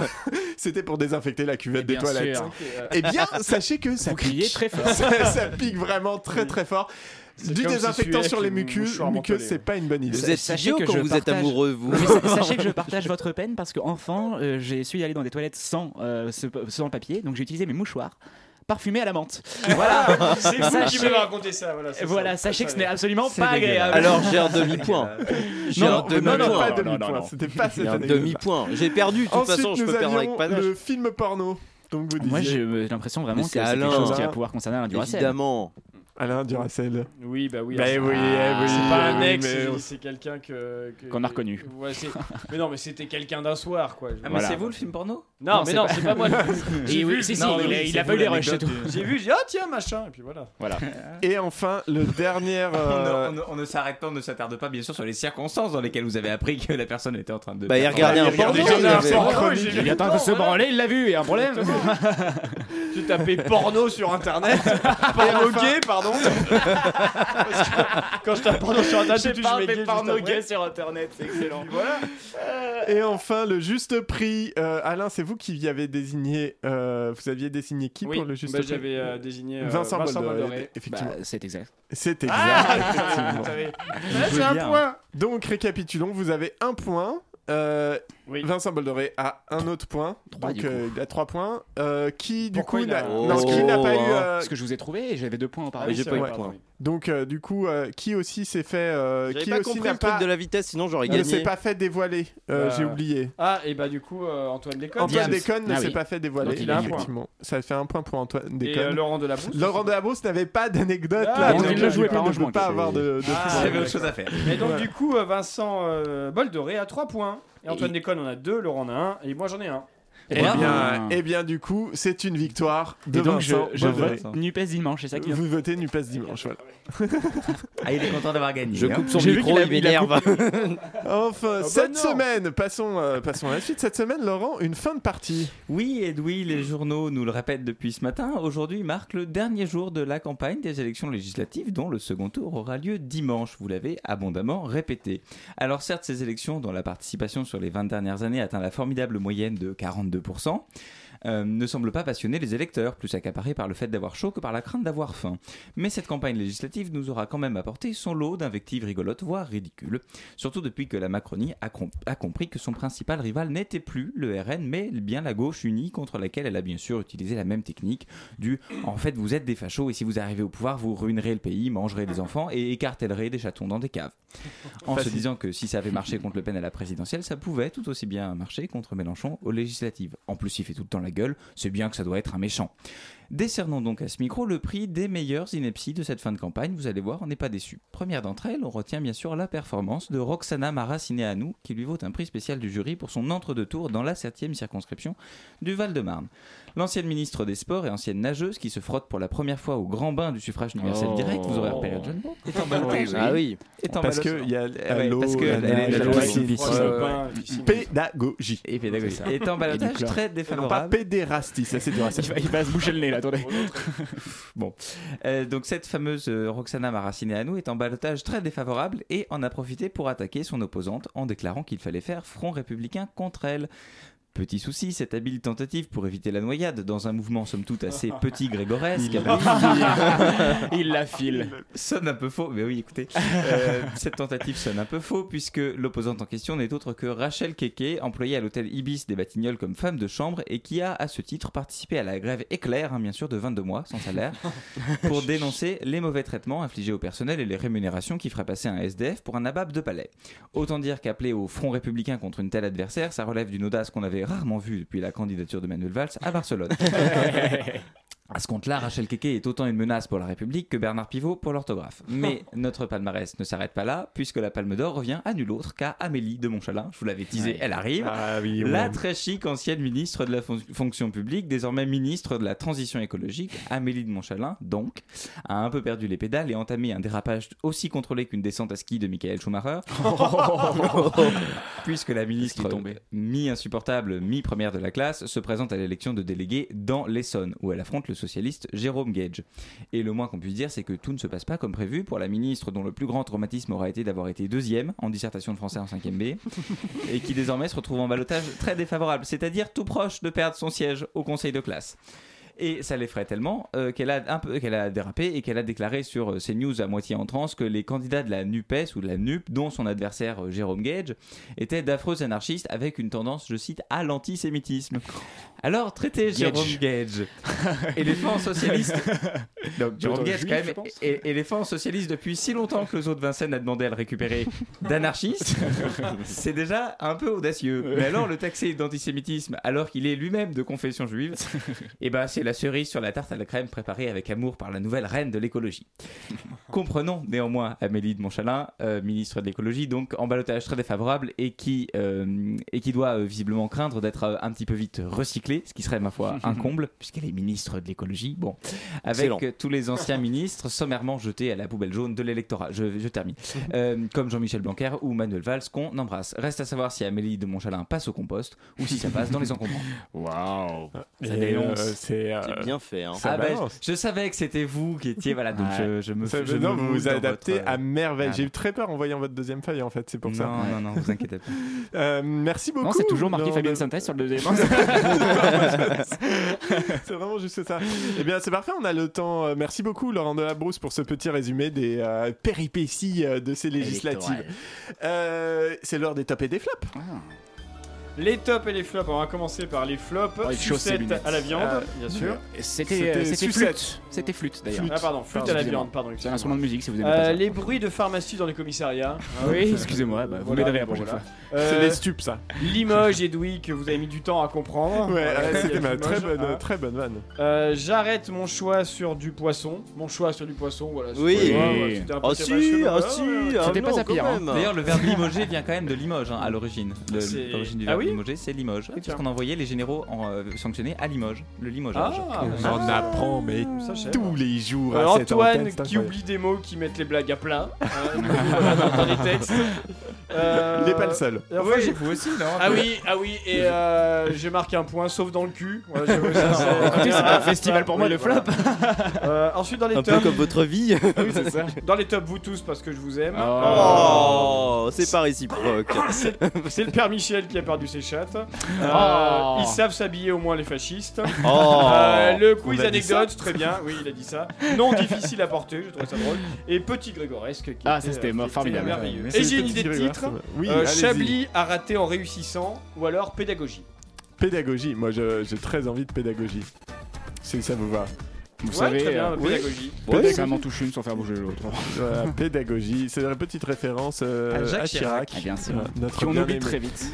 Speaker 9: C'était pour désinfecter la cuvette des
Speaker 10: bien
Speaker 9: toilettes.
Speaker 10: sûr.
Speaker 9: Eh bien, sachez que ça
Speaker 10: criez
Speaker 9: pique
Speaker 10: très fort.
Speaker 9: [LAUGHS] ça, ça pique vraiment très très fort.
Speaker 10: C'est
Speaker 9: Du
Speaker 10: comme si
Speaker 9: désinfectant
Speaker 10: tu es
Speaker 9: sur les
Speaker 10: avec une
Speaker 9: muqueuses,
Speaker 10: mouchoir
Speaker 9: muqueuses,
Speaker 10: mentholée.
Speaker 9: c'est pas une bonne idée.
Speaker 12: Vous êtes
Speaker 10: Sachez
Speaker 12: idiot
Speaker 10: que
Speaker 12: quand
Speaker 10: je
Speaker 12: vous êtes
Speaker 10: partage-
Speaker 12: amoureux, vous.
Speaker 10: Mais sa-
Speaker 1: [LAUGHS]
Speaker 10: sachez que je partage votre peine parce qu'enfant, euh, j'ai su aller dans des toilettes sans, euh, ce- sans le papier, donc j'ai utilisé mes mouchoirs parfumés à la menthe. Voilà.
Speaker 1: C'est vous qui
Speaker 10: Sachez-
Speaker 1: m'avez raconté ça. Voilà, [LAUGHS] c'est
Speaker 10: Voilà,
Speaker 1: ça.
Speaker 10: sachez que ce
Speaker 1: Ça,
Speaker 10: n'est
Speaker 1: ça,
Speaker 10: absolument
Speaker 1: c'est
Speaker 10: pas
Speaker 1: dégueulasse.
Speaker 10: agréable.
Speaker 12: [LAUGHS] Alors j'ai un demi-point.
Speaker 9: [LAUGHS]
Speaker 12: J'ai
Speaker 10: Non,
Speaker 12: un
Speaker 10: non, non, non,
Speaker 12: demi-point.
Speaker 10: pas demi-point,
Speaker 9: non, non. c'était pas cette
Speaker 12: J'ai un
Speaker 9: anecdote.
Speaker 12: demi-point. J'ai perdu, de toute
Speaker 9: Ensuite,
Speaker 12: façon, je
Speaker 9: nous
Speaker 12: peux perdre avec
Speaker 9: avions
Speaker 12: panache.
Speaker 9: Le film porno. Donc vous disiez.
Speaker 10: Moi, j'ai euh, j'ai l'impression vraiment
Speaker 12: Mais
Speaker 10: que
Speaker 12: c'est
Speaker 10: c'est quelque
Speaker 12: Alain.
Speaker 10: chose qui va pouvoir concerner un Duracell.
Speaker 12: Évidemment.
Speaker 9: Alain Duracell.
Speaker 1: Oui, bah oui.
Speaker 12: Ben
Speaker 9: Bah
Speaker 1: alors,
Speaker 9: oui, eh oui,
Speaker 1: C'est pas un
Speaker 9: oui,
Speaker 1: ex,
Speaker 9: mais
Speaker 1: c'est-
Speaker 9: on-
Speaker 1: c'est quelqu'un que. que-
Speaker 10: Qu'on a reconnu.
Speaker 1: Ouais, c'est- [LAUGHS] mais non, mais c'était quelqu'un d'un soir, quoi.
Speaker 10: Ah, mais Voilà. c'est vous,
Speaker 1: le film porno
Speaker 10: Non,
Speaker 1: Non, mais
Speaker 10: c'est
Speaker 1: non,
Speaker 10: pas-
Speaker 1: c'est pas
Speaker 10: [LAUGHS]
Speaker 1: moi.
Speaker 10: Et oui, si, si, Non, il mais a- oui, il a c'est pas eu vous, les rushs, c'est l'anecdote tout. du-
Speaker 1: J'ai vu, j'ai dit, ah tiens, machin, et puis voilà.
Speaker 10: Voilà.
Speaker 9: Et enfin, le
Speaker 12: [LAUGHS]
Speaker 9: dernier. euh,
Speaker 11: On, ne- on ne- on ne s'arrête pas, on ne s'attarde pas, bien sûr, sur les circonstances dans lesquelles vous avez appris que la personne était en train de.
Speaker 12: Bah, il
Speaker 9: Ah,
Speaker 12: regardait un
Speaker 10: Ah,
Speaker 12: porno.
Speaker 11: déjà
Speaker 12: il
Speaker 11: un
Speaker 12: avait-
Speaker 11: porno,
Speaker 1: porno,
Speaker 11: j'ai
Speaker 1: j'ai
Speaker 10: Il
Speaker 1: vu
Speaker 10: vient de
Speaker 1: porno,
Speaker 10: se
Speaker 1: voilà.
Speaker 10: branler, il l'a vu, il y a un
Speaker 1: [LAUGHS]
Speaker 10: problème.
Speaker 1: J'ai tapé porno
Speaker 10: [LAUGHS]
Speaker 1: sur internet.
Speaker 10: Ah,
Speaker 1: porno gay, pardon. Parce que quand je tape porno sur internet,
Speaker 10: J'ai
Speaker 1: et puis
Speaker 10: pas
Speaker 1: je mets
Speaker 10: fait
Speaker 1: gay
Speaker 10: porno
Speaker 1: juste après.
Speaker 10: gay sur internet, c'est excellent.
Speaker 9: Et enfin, le juste prix. Euh, Alain, c'est vous qui y avez désigné. euh, vous aviez désigné qui
Speaker 1: Oui,
Speaker 9: pour le juste Ah
Speaker 1: bah,
Speaker 9: prix
Speaker 1: j'avais, euh, désigné, euh,
Speaker 9: Vincent,
Speaker 1: Vincent
Speaker 9: Boldoré,
Speaker 1: Boldoré.
Speaker 9: Effectivement.
Speaker 10: Bah, c'est exact.
Speaker 9: C'est exact.
Speaker 1: Ah,
Speaker 9: effectivement.
Speaker 1: vous savez.
Speaker 9: Je
Speaker 1: Là,
Speaker 9: veux
Speaker 1: c'est un
Speaker 9: bien.
Speaker 1: point.
Speaker 9: Donc, récapitulons, vous avez un point. Euh,
Speaker 1: Oui.
Speaker 9: Vincent Boldoré a un autre point.
Speaker 10: Trois,
Speaker 9: donc,
Speaker 10: du coup.
Speaker 9: euh, il a trois points. Euh, qui, du
Speaker 1: Pourquoi
Speaker 9: coup,
Speaker 1: il
Speaker 9: n'a
Speaker 1: a-
Speaker 9: non, qui n'a pas eu. euh,
Speaker 10: Parce que je vous ai trouvé et j'avais deux points
Speaker 1: Ah oui,
Speaker 10: auparavant.
Speaker 12: J'ai
Speaker 1: c'est
Speaker 12: pas eu
Speaker 1: vrai,
Speaker 12: de
Speaker 1: pardon,
Speaker 12: point.
Speaker 1: oui.
Speaker 9: Donc, euh, du coup, euh, qui aussi s'est fait. euh,
Speaker 12: J'avais
Speaker 9: qui
Speaker 12: pas
Speaker 9: aussi
Speaker 12: compris
Speaker 9: n'a
Speaker 12: le truc
Speaker 9: pas- euh,
Speaker 12: de la vitesse, sinon j'aurais
Speaker 9: ne s'est
Speaker 12: gagné.
Speaker 9: pas fait dévoiler. Euh,
Speaker 1: Bah,
Speaker 9: J'ai oublié.
Speaker 1: Ah, et bah du coup, euh, Antoine Déconne.
Speaker 9: Antoine
Speaker 10: Diams.
Speaker 9: Déconne ne
Speaker 10: Ah
Speaker 9: s'est
Speaker 10: oui.
Speaker 9: pas fait dévoiler.
Speaker 10: Donc, il a un point.
Speaker 9: effectivement. Ça fait un point pour Antoine
Speaker 1: Et
Speaker 9: Déconne.
Speaker 1: euh, Laurent Delabrousse.
Speaker 9: Laurent Delabrousse n'avait pas d'anecdote
Speaker 1: Ah,
Speaker 9: là, euh,
Speaker 1: donc il le jouait
Speaker 9: il
Speaker 10: par
Speaker 9: ne
Speaker 10: rangement,
Speaker 9: peut pas
Speaker 10: c'est-
Speaker 9: avoir de. de
Speaker 1: Ah,
Speaker 9: point.
Speaker 11: J'avais autre chose à faire.
Speaker 1: Mais donc,
Speaker 9: Ouais.
Speaker 1: du coup, euh, Vincent euh, Boldoré a 3 points. Et Antoine Déconne en a 2, Laurent en a 1, et moi j'en ai 1.
Speaker 9: Eh
Speaker 10: Bravo.
Speaker 9: bien, eh bien, du coup, c'est une victoire de
Speaker 10: ben. Et donc, je,
Speaker 9: Vincent
Speaker 10: je
Speaker 9: Bolloré.
Speaker 10: vote Nupes dimanche, c'est ça qui vient.
Speaker 9: Vous votez Nupas dimanche. voilà.
Speaker 11: Ah, il est content d'avoir gagné.
Speaker 12: Je
Speaker 11: hein.
Speaker 12: coupe son
Speaker 10: J'ai vu
Speaker 12: micro,
Speaker 10: qu'il a-
Speaker 12: il
Speaker 10: il a
Speaker 12: m'énerve.
Speaker 10: Ah
Speaker 9: Enfin,
Speaker 1: bah
Speaker 9: cette
Speaker 1: non.
Speaker 9: semaine, passons, euh, passons à la suite. Cette semaine, Laurent, une fin de partie.
Speaker 11: Oui, Edoui, les journaux nous le répètent depuis ce matin. Aujourd'hui marque le dernier jour de la campagne des élections législatives, dont le second tour aura lieu dimanche. Vous l'avez abondamment répété. Alors, certes, ces élections, dont la participation sur les 20 dernières années atteint la formidable moyenne de 42%, euh, ne semblent pas passionner les électeurs, plus accaparés par le fait d'avoir chaud que par la crainte d'avoir faim. Mais cette campagne législative nous aura quand même apporté son lot d'invectives rigolotes, voire ridicules, surtout depuis que la Macronie a, com- a compris que son principal rival n'était plus le RN, mais bien la gauche unie contre laquelle elle a bien sûr utilisé la même technique du « en fait vous êtes des fachos et si vous arrivez au pouvoir vous ruinerez le pays, mangerez des enfants et écartèlerez des chatons dans des caves ». En se disant que si ça avait marché contre Le Pen à la présidentielle, ça pouvait tout aussi bien marcher contre Mélenchon aux législatives. En plus, il fait tout le temps la gueule, c'est bien que ça doit être un méchant. Décernons donc à ce micro le prix des meilleures inepties de cette fin de campagne. Vous allez voir, on n'est pas déçus. Première d'entre elles, on retient bien sûr la performance de Roxana Maraciné à nous, qui lui vaut un prix spécial du jury pour son entre-deux-tours dans la 7e circonscription du Val-de-Marne. L'ancienne ministre des Sports et ancienne nageuse qui se frotte pour la première fois au grand bain du suffrage universel
Speaker 10: Oh.
Speaker 11: direct, vous aurez repéré le jeune mot, est en ballotage.
Speaker 12: Ah oui.
Speaker 11: Est en
Speaker 9: Parce
Speaker 11: ballotage.
Speaker 9: qu'il y a
Speaker 11: Ah ouais,
Speaker 9: l'eau,
Speaker 11: parce que
Speaker 9: la
Speaker 11: elle est-
Speaker 9: neige,
Speaker 11: elle
Speaker 9: la
Speaker 11: est-
Speaker 9: piscine.
Speaker 11: elle est-
Speaker 1: Oh, le pain, piscine.
Speaker 9: Pédagogie.
Speaker 11: Et pédagogique.
Speaker 10: C'est ça.
Speaker 11: Est en
Speaker 10: Et
Speaker 11: balotage
Speaker 10: du chlore.
Speaker 11: très
Speaker 9: Et non pas
Speaker 11: défavorable.
Speaker 9: pédérastie, ça c'est
Speaker 10: [LAUGHS]
Speaker 9: Duracell.
Speaker 10: Il va, il va se boucher le nez là, attendez.
Speaker 11: Bon, Euh, donc cette fameuse euh, Roxana Maracineanu est en balotage très défavorable et en a profité pour attaquer son opposante en déclarant qu'il fallait faire front républicain contre elle. Petit souci, cette habile tentative pour éviter la noyade dans un mouvement somme toute assez petit grégoresque.
Speaker 10: Il la file. Il la file.
Speaker 11: Sonne un peu faux, mais oui, écoutez. euh, cette tentative sonne un peu faux puisque l'opposante en question n'est autre que Rachel Keke, employée à l'hôtel Ibis des Batignolles comme femme de chambre et qui a à ce titre participé à la grève éclair, hein, bien sûr, de 22 mois sans salaire, pour dénoncer les mauvais traitements infligés au personnel et les rémunérations qui feraient passer un SDF pour un abab de palais. Autant dire qu'appeler au front républicain contre une telle adversaire, ça relève d'une audace qu'on avait rarement vue depuis la candidature de Manuel Valls à
Speaker 10: [LAUGHS]
Speaker 11: Barcelone. À ce compte-là, Rachel Keke est autant une menace pour la République que Bernard Pivot pour l'orthographe.
Speaker 10: [LAUGHS]
Speaker 11: Mais notre palmarès ne s'arrête pas là, puisque la Palme d'Or revient à nul autre qu'à Amélie de Montchalin. Je vous l'avais teasé,
Speaker 10: Ouais.
Speaker 11: elle arrive.
Speaker 10: Ah oui, on
Speaker 11: La
Speaker 10: l'aime.
Speaker 11: très chic ancienne ministre de la fon- fonction publique, désormais ministre de la transition écologique, Amélie de Montchalin, donc, a un peu perdu les pédales et entamé un dérapage aussi contrôlé qu'une descente à ski de Michael Schumacher. Puisque la ministre mi-insupportable, mi-première de la classe, se présente à l'élection de délégué dans l'Essonne, où elle affronte le socialiste Jérôme Gage. Et le moins qu'on puisse dire, c'est que tout ne se passe pas comme prévu pour la ministre dont le plus grand traumatisme aura été d'avoir été deuxième en dissertation de français en 5e B, et qui désormais se retrouve en balotage très défavorable, c'est-à-dire tout proche de perdre son siège au conseil de classe. Et ça l'effraie tellement euh, qu'elle a un peu qu'elle a dérapé et qu'elle a déclaré sur euh, CNews à moitié en transe que les candidats de la NUPES ou de la NUP, dont son adversaire euh, Jérôme Gage, étaient d'affreux anarchistes avec une tendance, je cite, à l'antisémitisme. Alors traitez
Speaker 10: Gage.
Speaker 11: Jérôme Gage, éléphant socialiste. Donc
Speaker 10: Plutôt
Speaker 11: Jérôme Gage,
Speaker 10: juif,
Speaker 11: quand
Speaker 10: je
Speaker 11: même,
Speaker 10: pense.
Speaker 11: é- é- éléphant socialiste depuis si longtemps que le zoo de Vincennes a demandé à
Speaker 10: [LAUGHS]
Speaker 11: le récupérer d'anarchiste, c'est déjà un peu audacieux. Mais alors le taxer d'antisémitisme alors qu'il est lui-même de confession juive, et ben c'est la cerise sur la tarte à la crème préparée avec amour par la nouvelle reine de l'écologie. Comprenons néanmoins Amélie de Montchalin, euh, ministre de l'écologie, donc en balotage très défavorable et qui, euh, et qui doit euh, visiblement craindre d'être euh, un petit peu vite recyclée, ce qui serait ma foi un comble, puisqu'elle est ministre de l'écologie. Bon, avec
Speaker 12: Excellent.
Speaker 11: euh, tous les anciens ministres sommairement jetés à la poubelle jaune de l'électorat. Je, je termine. Euh, comme Jean-Michel Blanquer ou Manuel Valls, qu'on embrasse. Reste à savoir si Amélie de Montchalin passe au compost ou si ça passe dans les encombrants.
Speaker 10: Waouh
Speaker 11: Ça dénonce.
Speaker 9: c'est
Speaker 12: C'est bien fait. Hein.
Speaker 11: Ah ben, je savais que c'était vous qui étiez voilà donc je, je me
Speaker 9: Ça-
Speaker 11: je
Speaker 9: non,
Speaker 11: me
Speaker 9: vous
Speaker 11: moule
Speaker 9: vous
Speaker 11: dans
Speaker 9: adaptez
Speaker 11: votre-
Speaker 9: à merveille.
Speaker 11: Ah,
Speaker 9: J'ai eu très peur en voyant votre deuxième feuille, en fait, c'est pour ça.
Speaker 11: Non, non, non, vous inquiétez pas.
Speaker 9: Euh, merci beaucoup.
Speaker 10: Non, c'est toujours marqué
Speaker 9: Non,
Speaker 10: Fabien
Speaker 9: non.
Speaker 10: Santès sur le deuxième.
Speaker 9: [LAUGHS] c'est vraiment juste ça. Eh bien, c'est parfait, on a le temps. Euh, Merci beaucoup, Laurent Delabrousse, pour ce petit résumé des euh, péripéties euh, de ces législatives. Euh, c'est l'heure des tops et des flops.
Speaker 10: Ah.
Speaker 1: Les tops et les flops. On va commencer par les flops.
Speaker 10: Oh, il chausse ses
Speaker 1: Sucette
Speaker 10: lunettes.
Speaker 1: à la viande,
Speaker 10: Ah,
Speaker 1: bien sûr.
Speaker 10: C'était euh, c'était flûte.
Speaker 9: sucette.
Speaker 10: C'était flûte d'ailleurs.
Speaker 1: Ah, pardon, flûte à la
Speaker 10: excusez-moi.
Speaker 1: viande, pardon,
Speaker 10: C'est
Speaker 1: excusez-moi.
Speaker 10: un instrument de musique si vous aimez
Speaker 1: Euh,
Speaker 10: pas ça.
Speaker 1: les bruits de pharmacie dans les commissariats. hein,
Speaker 10: Oui,
Speaker 1: euh,
Speaker 10: excusez-moi, bah, vous
Speaker 1: voilà,
Speaker 10: m'aiderez la
Speaker 1: bon,
Speaker 10: prochaine
Speaker 1: voilà.
Speaker 10: fois.
Speaker 1: Euh,
Speaker 9: C'est les stupes, ça.
Speaker 1: Limoges et Douy que vous avez mis du temps à comprendre.
Speaker 9: Ouais,
Speaker 1: Voilà,
Speaker 9: ouais,
Speaker 1: il y a
Speaker 9: c'était ma
Speaker 1: Limoges,
Speaker 9: très bonne,
Speaker 1: hein.
Speaker 9: très bonne vanne.
Speaker 1: Euh, J'arrête mon choix sur du poisson. Mon choix sur du poisson, voilà. c'est
Speaker 12: Oui.
Speaker 1: pas grave, voilà, c'était un peu
Speaker 12: Ah si,
Speaker 1: cabache,
Speaker 12: ah
Speaker 1: voilà,
Speaker 12: si,
Speaker 1: ouais, ouais.
Speaker 12: ah non, quand même.
Speaker 11: D'ailleurs, le verbe limoger vient quand même de Limoges hein, à l'origine. Le-
Speaker 1: C'est-
Speaker 11: L'origine du
Speaker 1: Ah
Speaker 11: verbe
Speaker 1: oui
Speaker 11: limoger, c'est Limoges. Parce
Speaker 1: tiens.
Speaker 11: qu'on envoyait les généraux en, euh, sanctionnés à Limoges, le limogeage.
Speaker 1: Ah,
Speaker 9: On en apprend, mais
Speaker 1: Ça, je sais.
Speaker 9: tous les jours
Speaker 1: Euh,
Speaker 9: à cette
Speaker 1: Antoine
Speaker 9: antenne, c'est
Speaker 1: qui
Speaker 9: incroyable.
Speaker 1: oublie des mots, qui mettent les blagues à plat hein, [LAUGHS] voilà, dans, dans les textes. Euh,
Speaker 9: Il est pas le seul.
Speaker 1: et enfin,
Speaker 11: Ouais,
Speaker 1: j'ai-
Speaker 11: vous aussi, non
Speaker 1: Ah oui, ah oui, et euh, je marque un point, sauf dans le cul.
Speaker 10: [LAUGHS]
Speaker 1: Voilà, j'avoue, ça, c'est-
Speaker 10: Écoutez, c'est pas un
Speaker 1: Ah,
Speaker 10: festival
Speaker 1: ça,
Speaker 10: pour moi,
Speaker 1: oui,
Speaker 10: le
Speaker 1: voilà.
Speaker 10: flop.
Speaker 1: Euh, ensuite, dans les
Speaker 12: Un peu
Speaker 1: tops,
Speaker 12: comme votre vie.
Speaker 1: Oui,
Speaker 9: [LAUGHS]
Speaker 1: c'est ça. dans les tops, vous tous parce que je vous aime.
Speaker 9: Ah.
Speaker 12: Oh, c'est pas
Speaker 9: [LAUGHS]
Speaker 12: réciproque.
Speaker 1: Euh, C'est le père Michel qui a perdu ses chattes. Euh,
Speaker 9: Ah.
Speaker 10: Oh.
Speaker 1: Ils savent s'habiller au moins les fascistes.
Speaker 12: Oh.
Speaker 1: Euh, le quiz
Speaker 9: On a dit
Speaker 1: anecdote, très bien. Oui, il a dit ça. Non difficile à porter, je trouvais ça drôle. Et petit Grégoresque. Qui
Speaker 10: Ah,
Speaker 1: était,
Speaker 10: ça, c'était
Speaker 1: euh,
Speaker 10: mort,
Speaker 1: qui était
Speaker 10: formidable.
Speaker 1: merveilleux.
Speaker 9: Mais c'est
Speaker 1: Et
Speaker 9: le
Speaker 1: j'ai une
Speaker 9: petit
Speaker 1: idée de
Speaker 9: Grégoire,
Speaker 1: titre.
Speaker 9: ça va. Oui,
Speaker 1: Euh,
Speaker 9: allez-y.
Speaker 1: Chablis a raté en réussissant, ou alors pédagogie.
Speaker 9: Pédagogie, moi je- j'ai très envie de pédagogie. Si ça vous va.
Speaker 10: Vous
Speaker 1: Ouais,
Speaker 10: savez,
Speaker 1: très bien,
Speaker 10: euh,
Speaker 1: pédagogie.
Speaker 10: ouais, ça m'en touche une sans faire bouger l'autre.
Speaker 1: [LAUGHS]
Speaker 9: Voilà, pédagogie, c'est une petite référence euh,
Speaker 11: À
Speaker 9: à,
Speaker 11: Jacques
Speaker 9: Chirac.
Speaker 1: Ah,
Speaker 10: Eh bien, c'est
Speaker 9: Voilà, notre
Speaker 10: Puis on
Speaker 9: bien
Speaker 10: oublie
Speaker 9: aimé.
Speaker 10: très vite.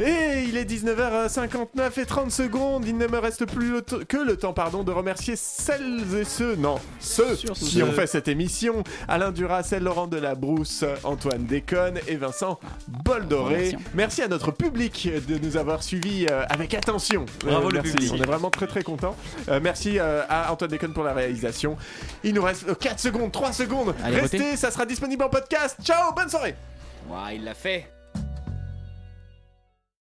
Speaker 9: Et Eh, il est 19h59 et 30 secondes. Il ne me reste plus le to- que le temps pardon, de remercier celles et ceux, non, ceux qui ont fait cette émission. Alain Duracel, Laurent Delabrousse, Antoine Déconne et Vincent Boldoré.
Speaker 10: Remercions.
Speaker 9: Merci à notre public de nous avoir suivis euh, avec attention.
Speaker 11: Bravo le
Speaker 9: merci.
Speaker 11: public.
Speaker 9: On est vraiment très très contents. Euh, merci euh, à Antoine Déconne pour la réalisation. Il nous reste 4 secondes, 3 secondes.
Speaker 10: Allez,
Speaker 9: Restez, ça sera disponible en podcast. Ciao, bonne soirée.
Speaker 10: Ouah, il l'a fait.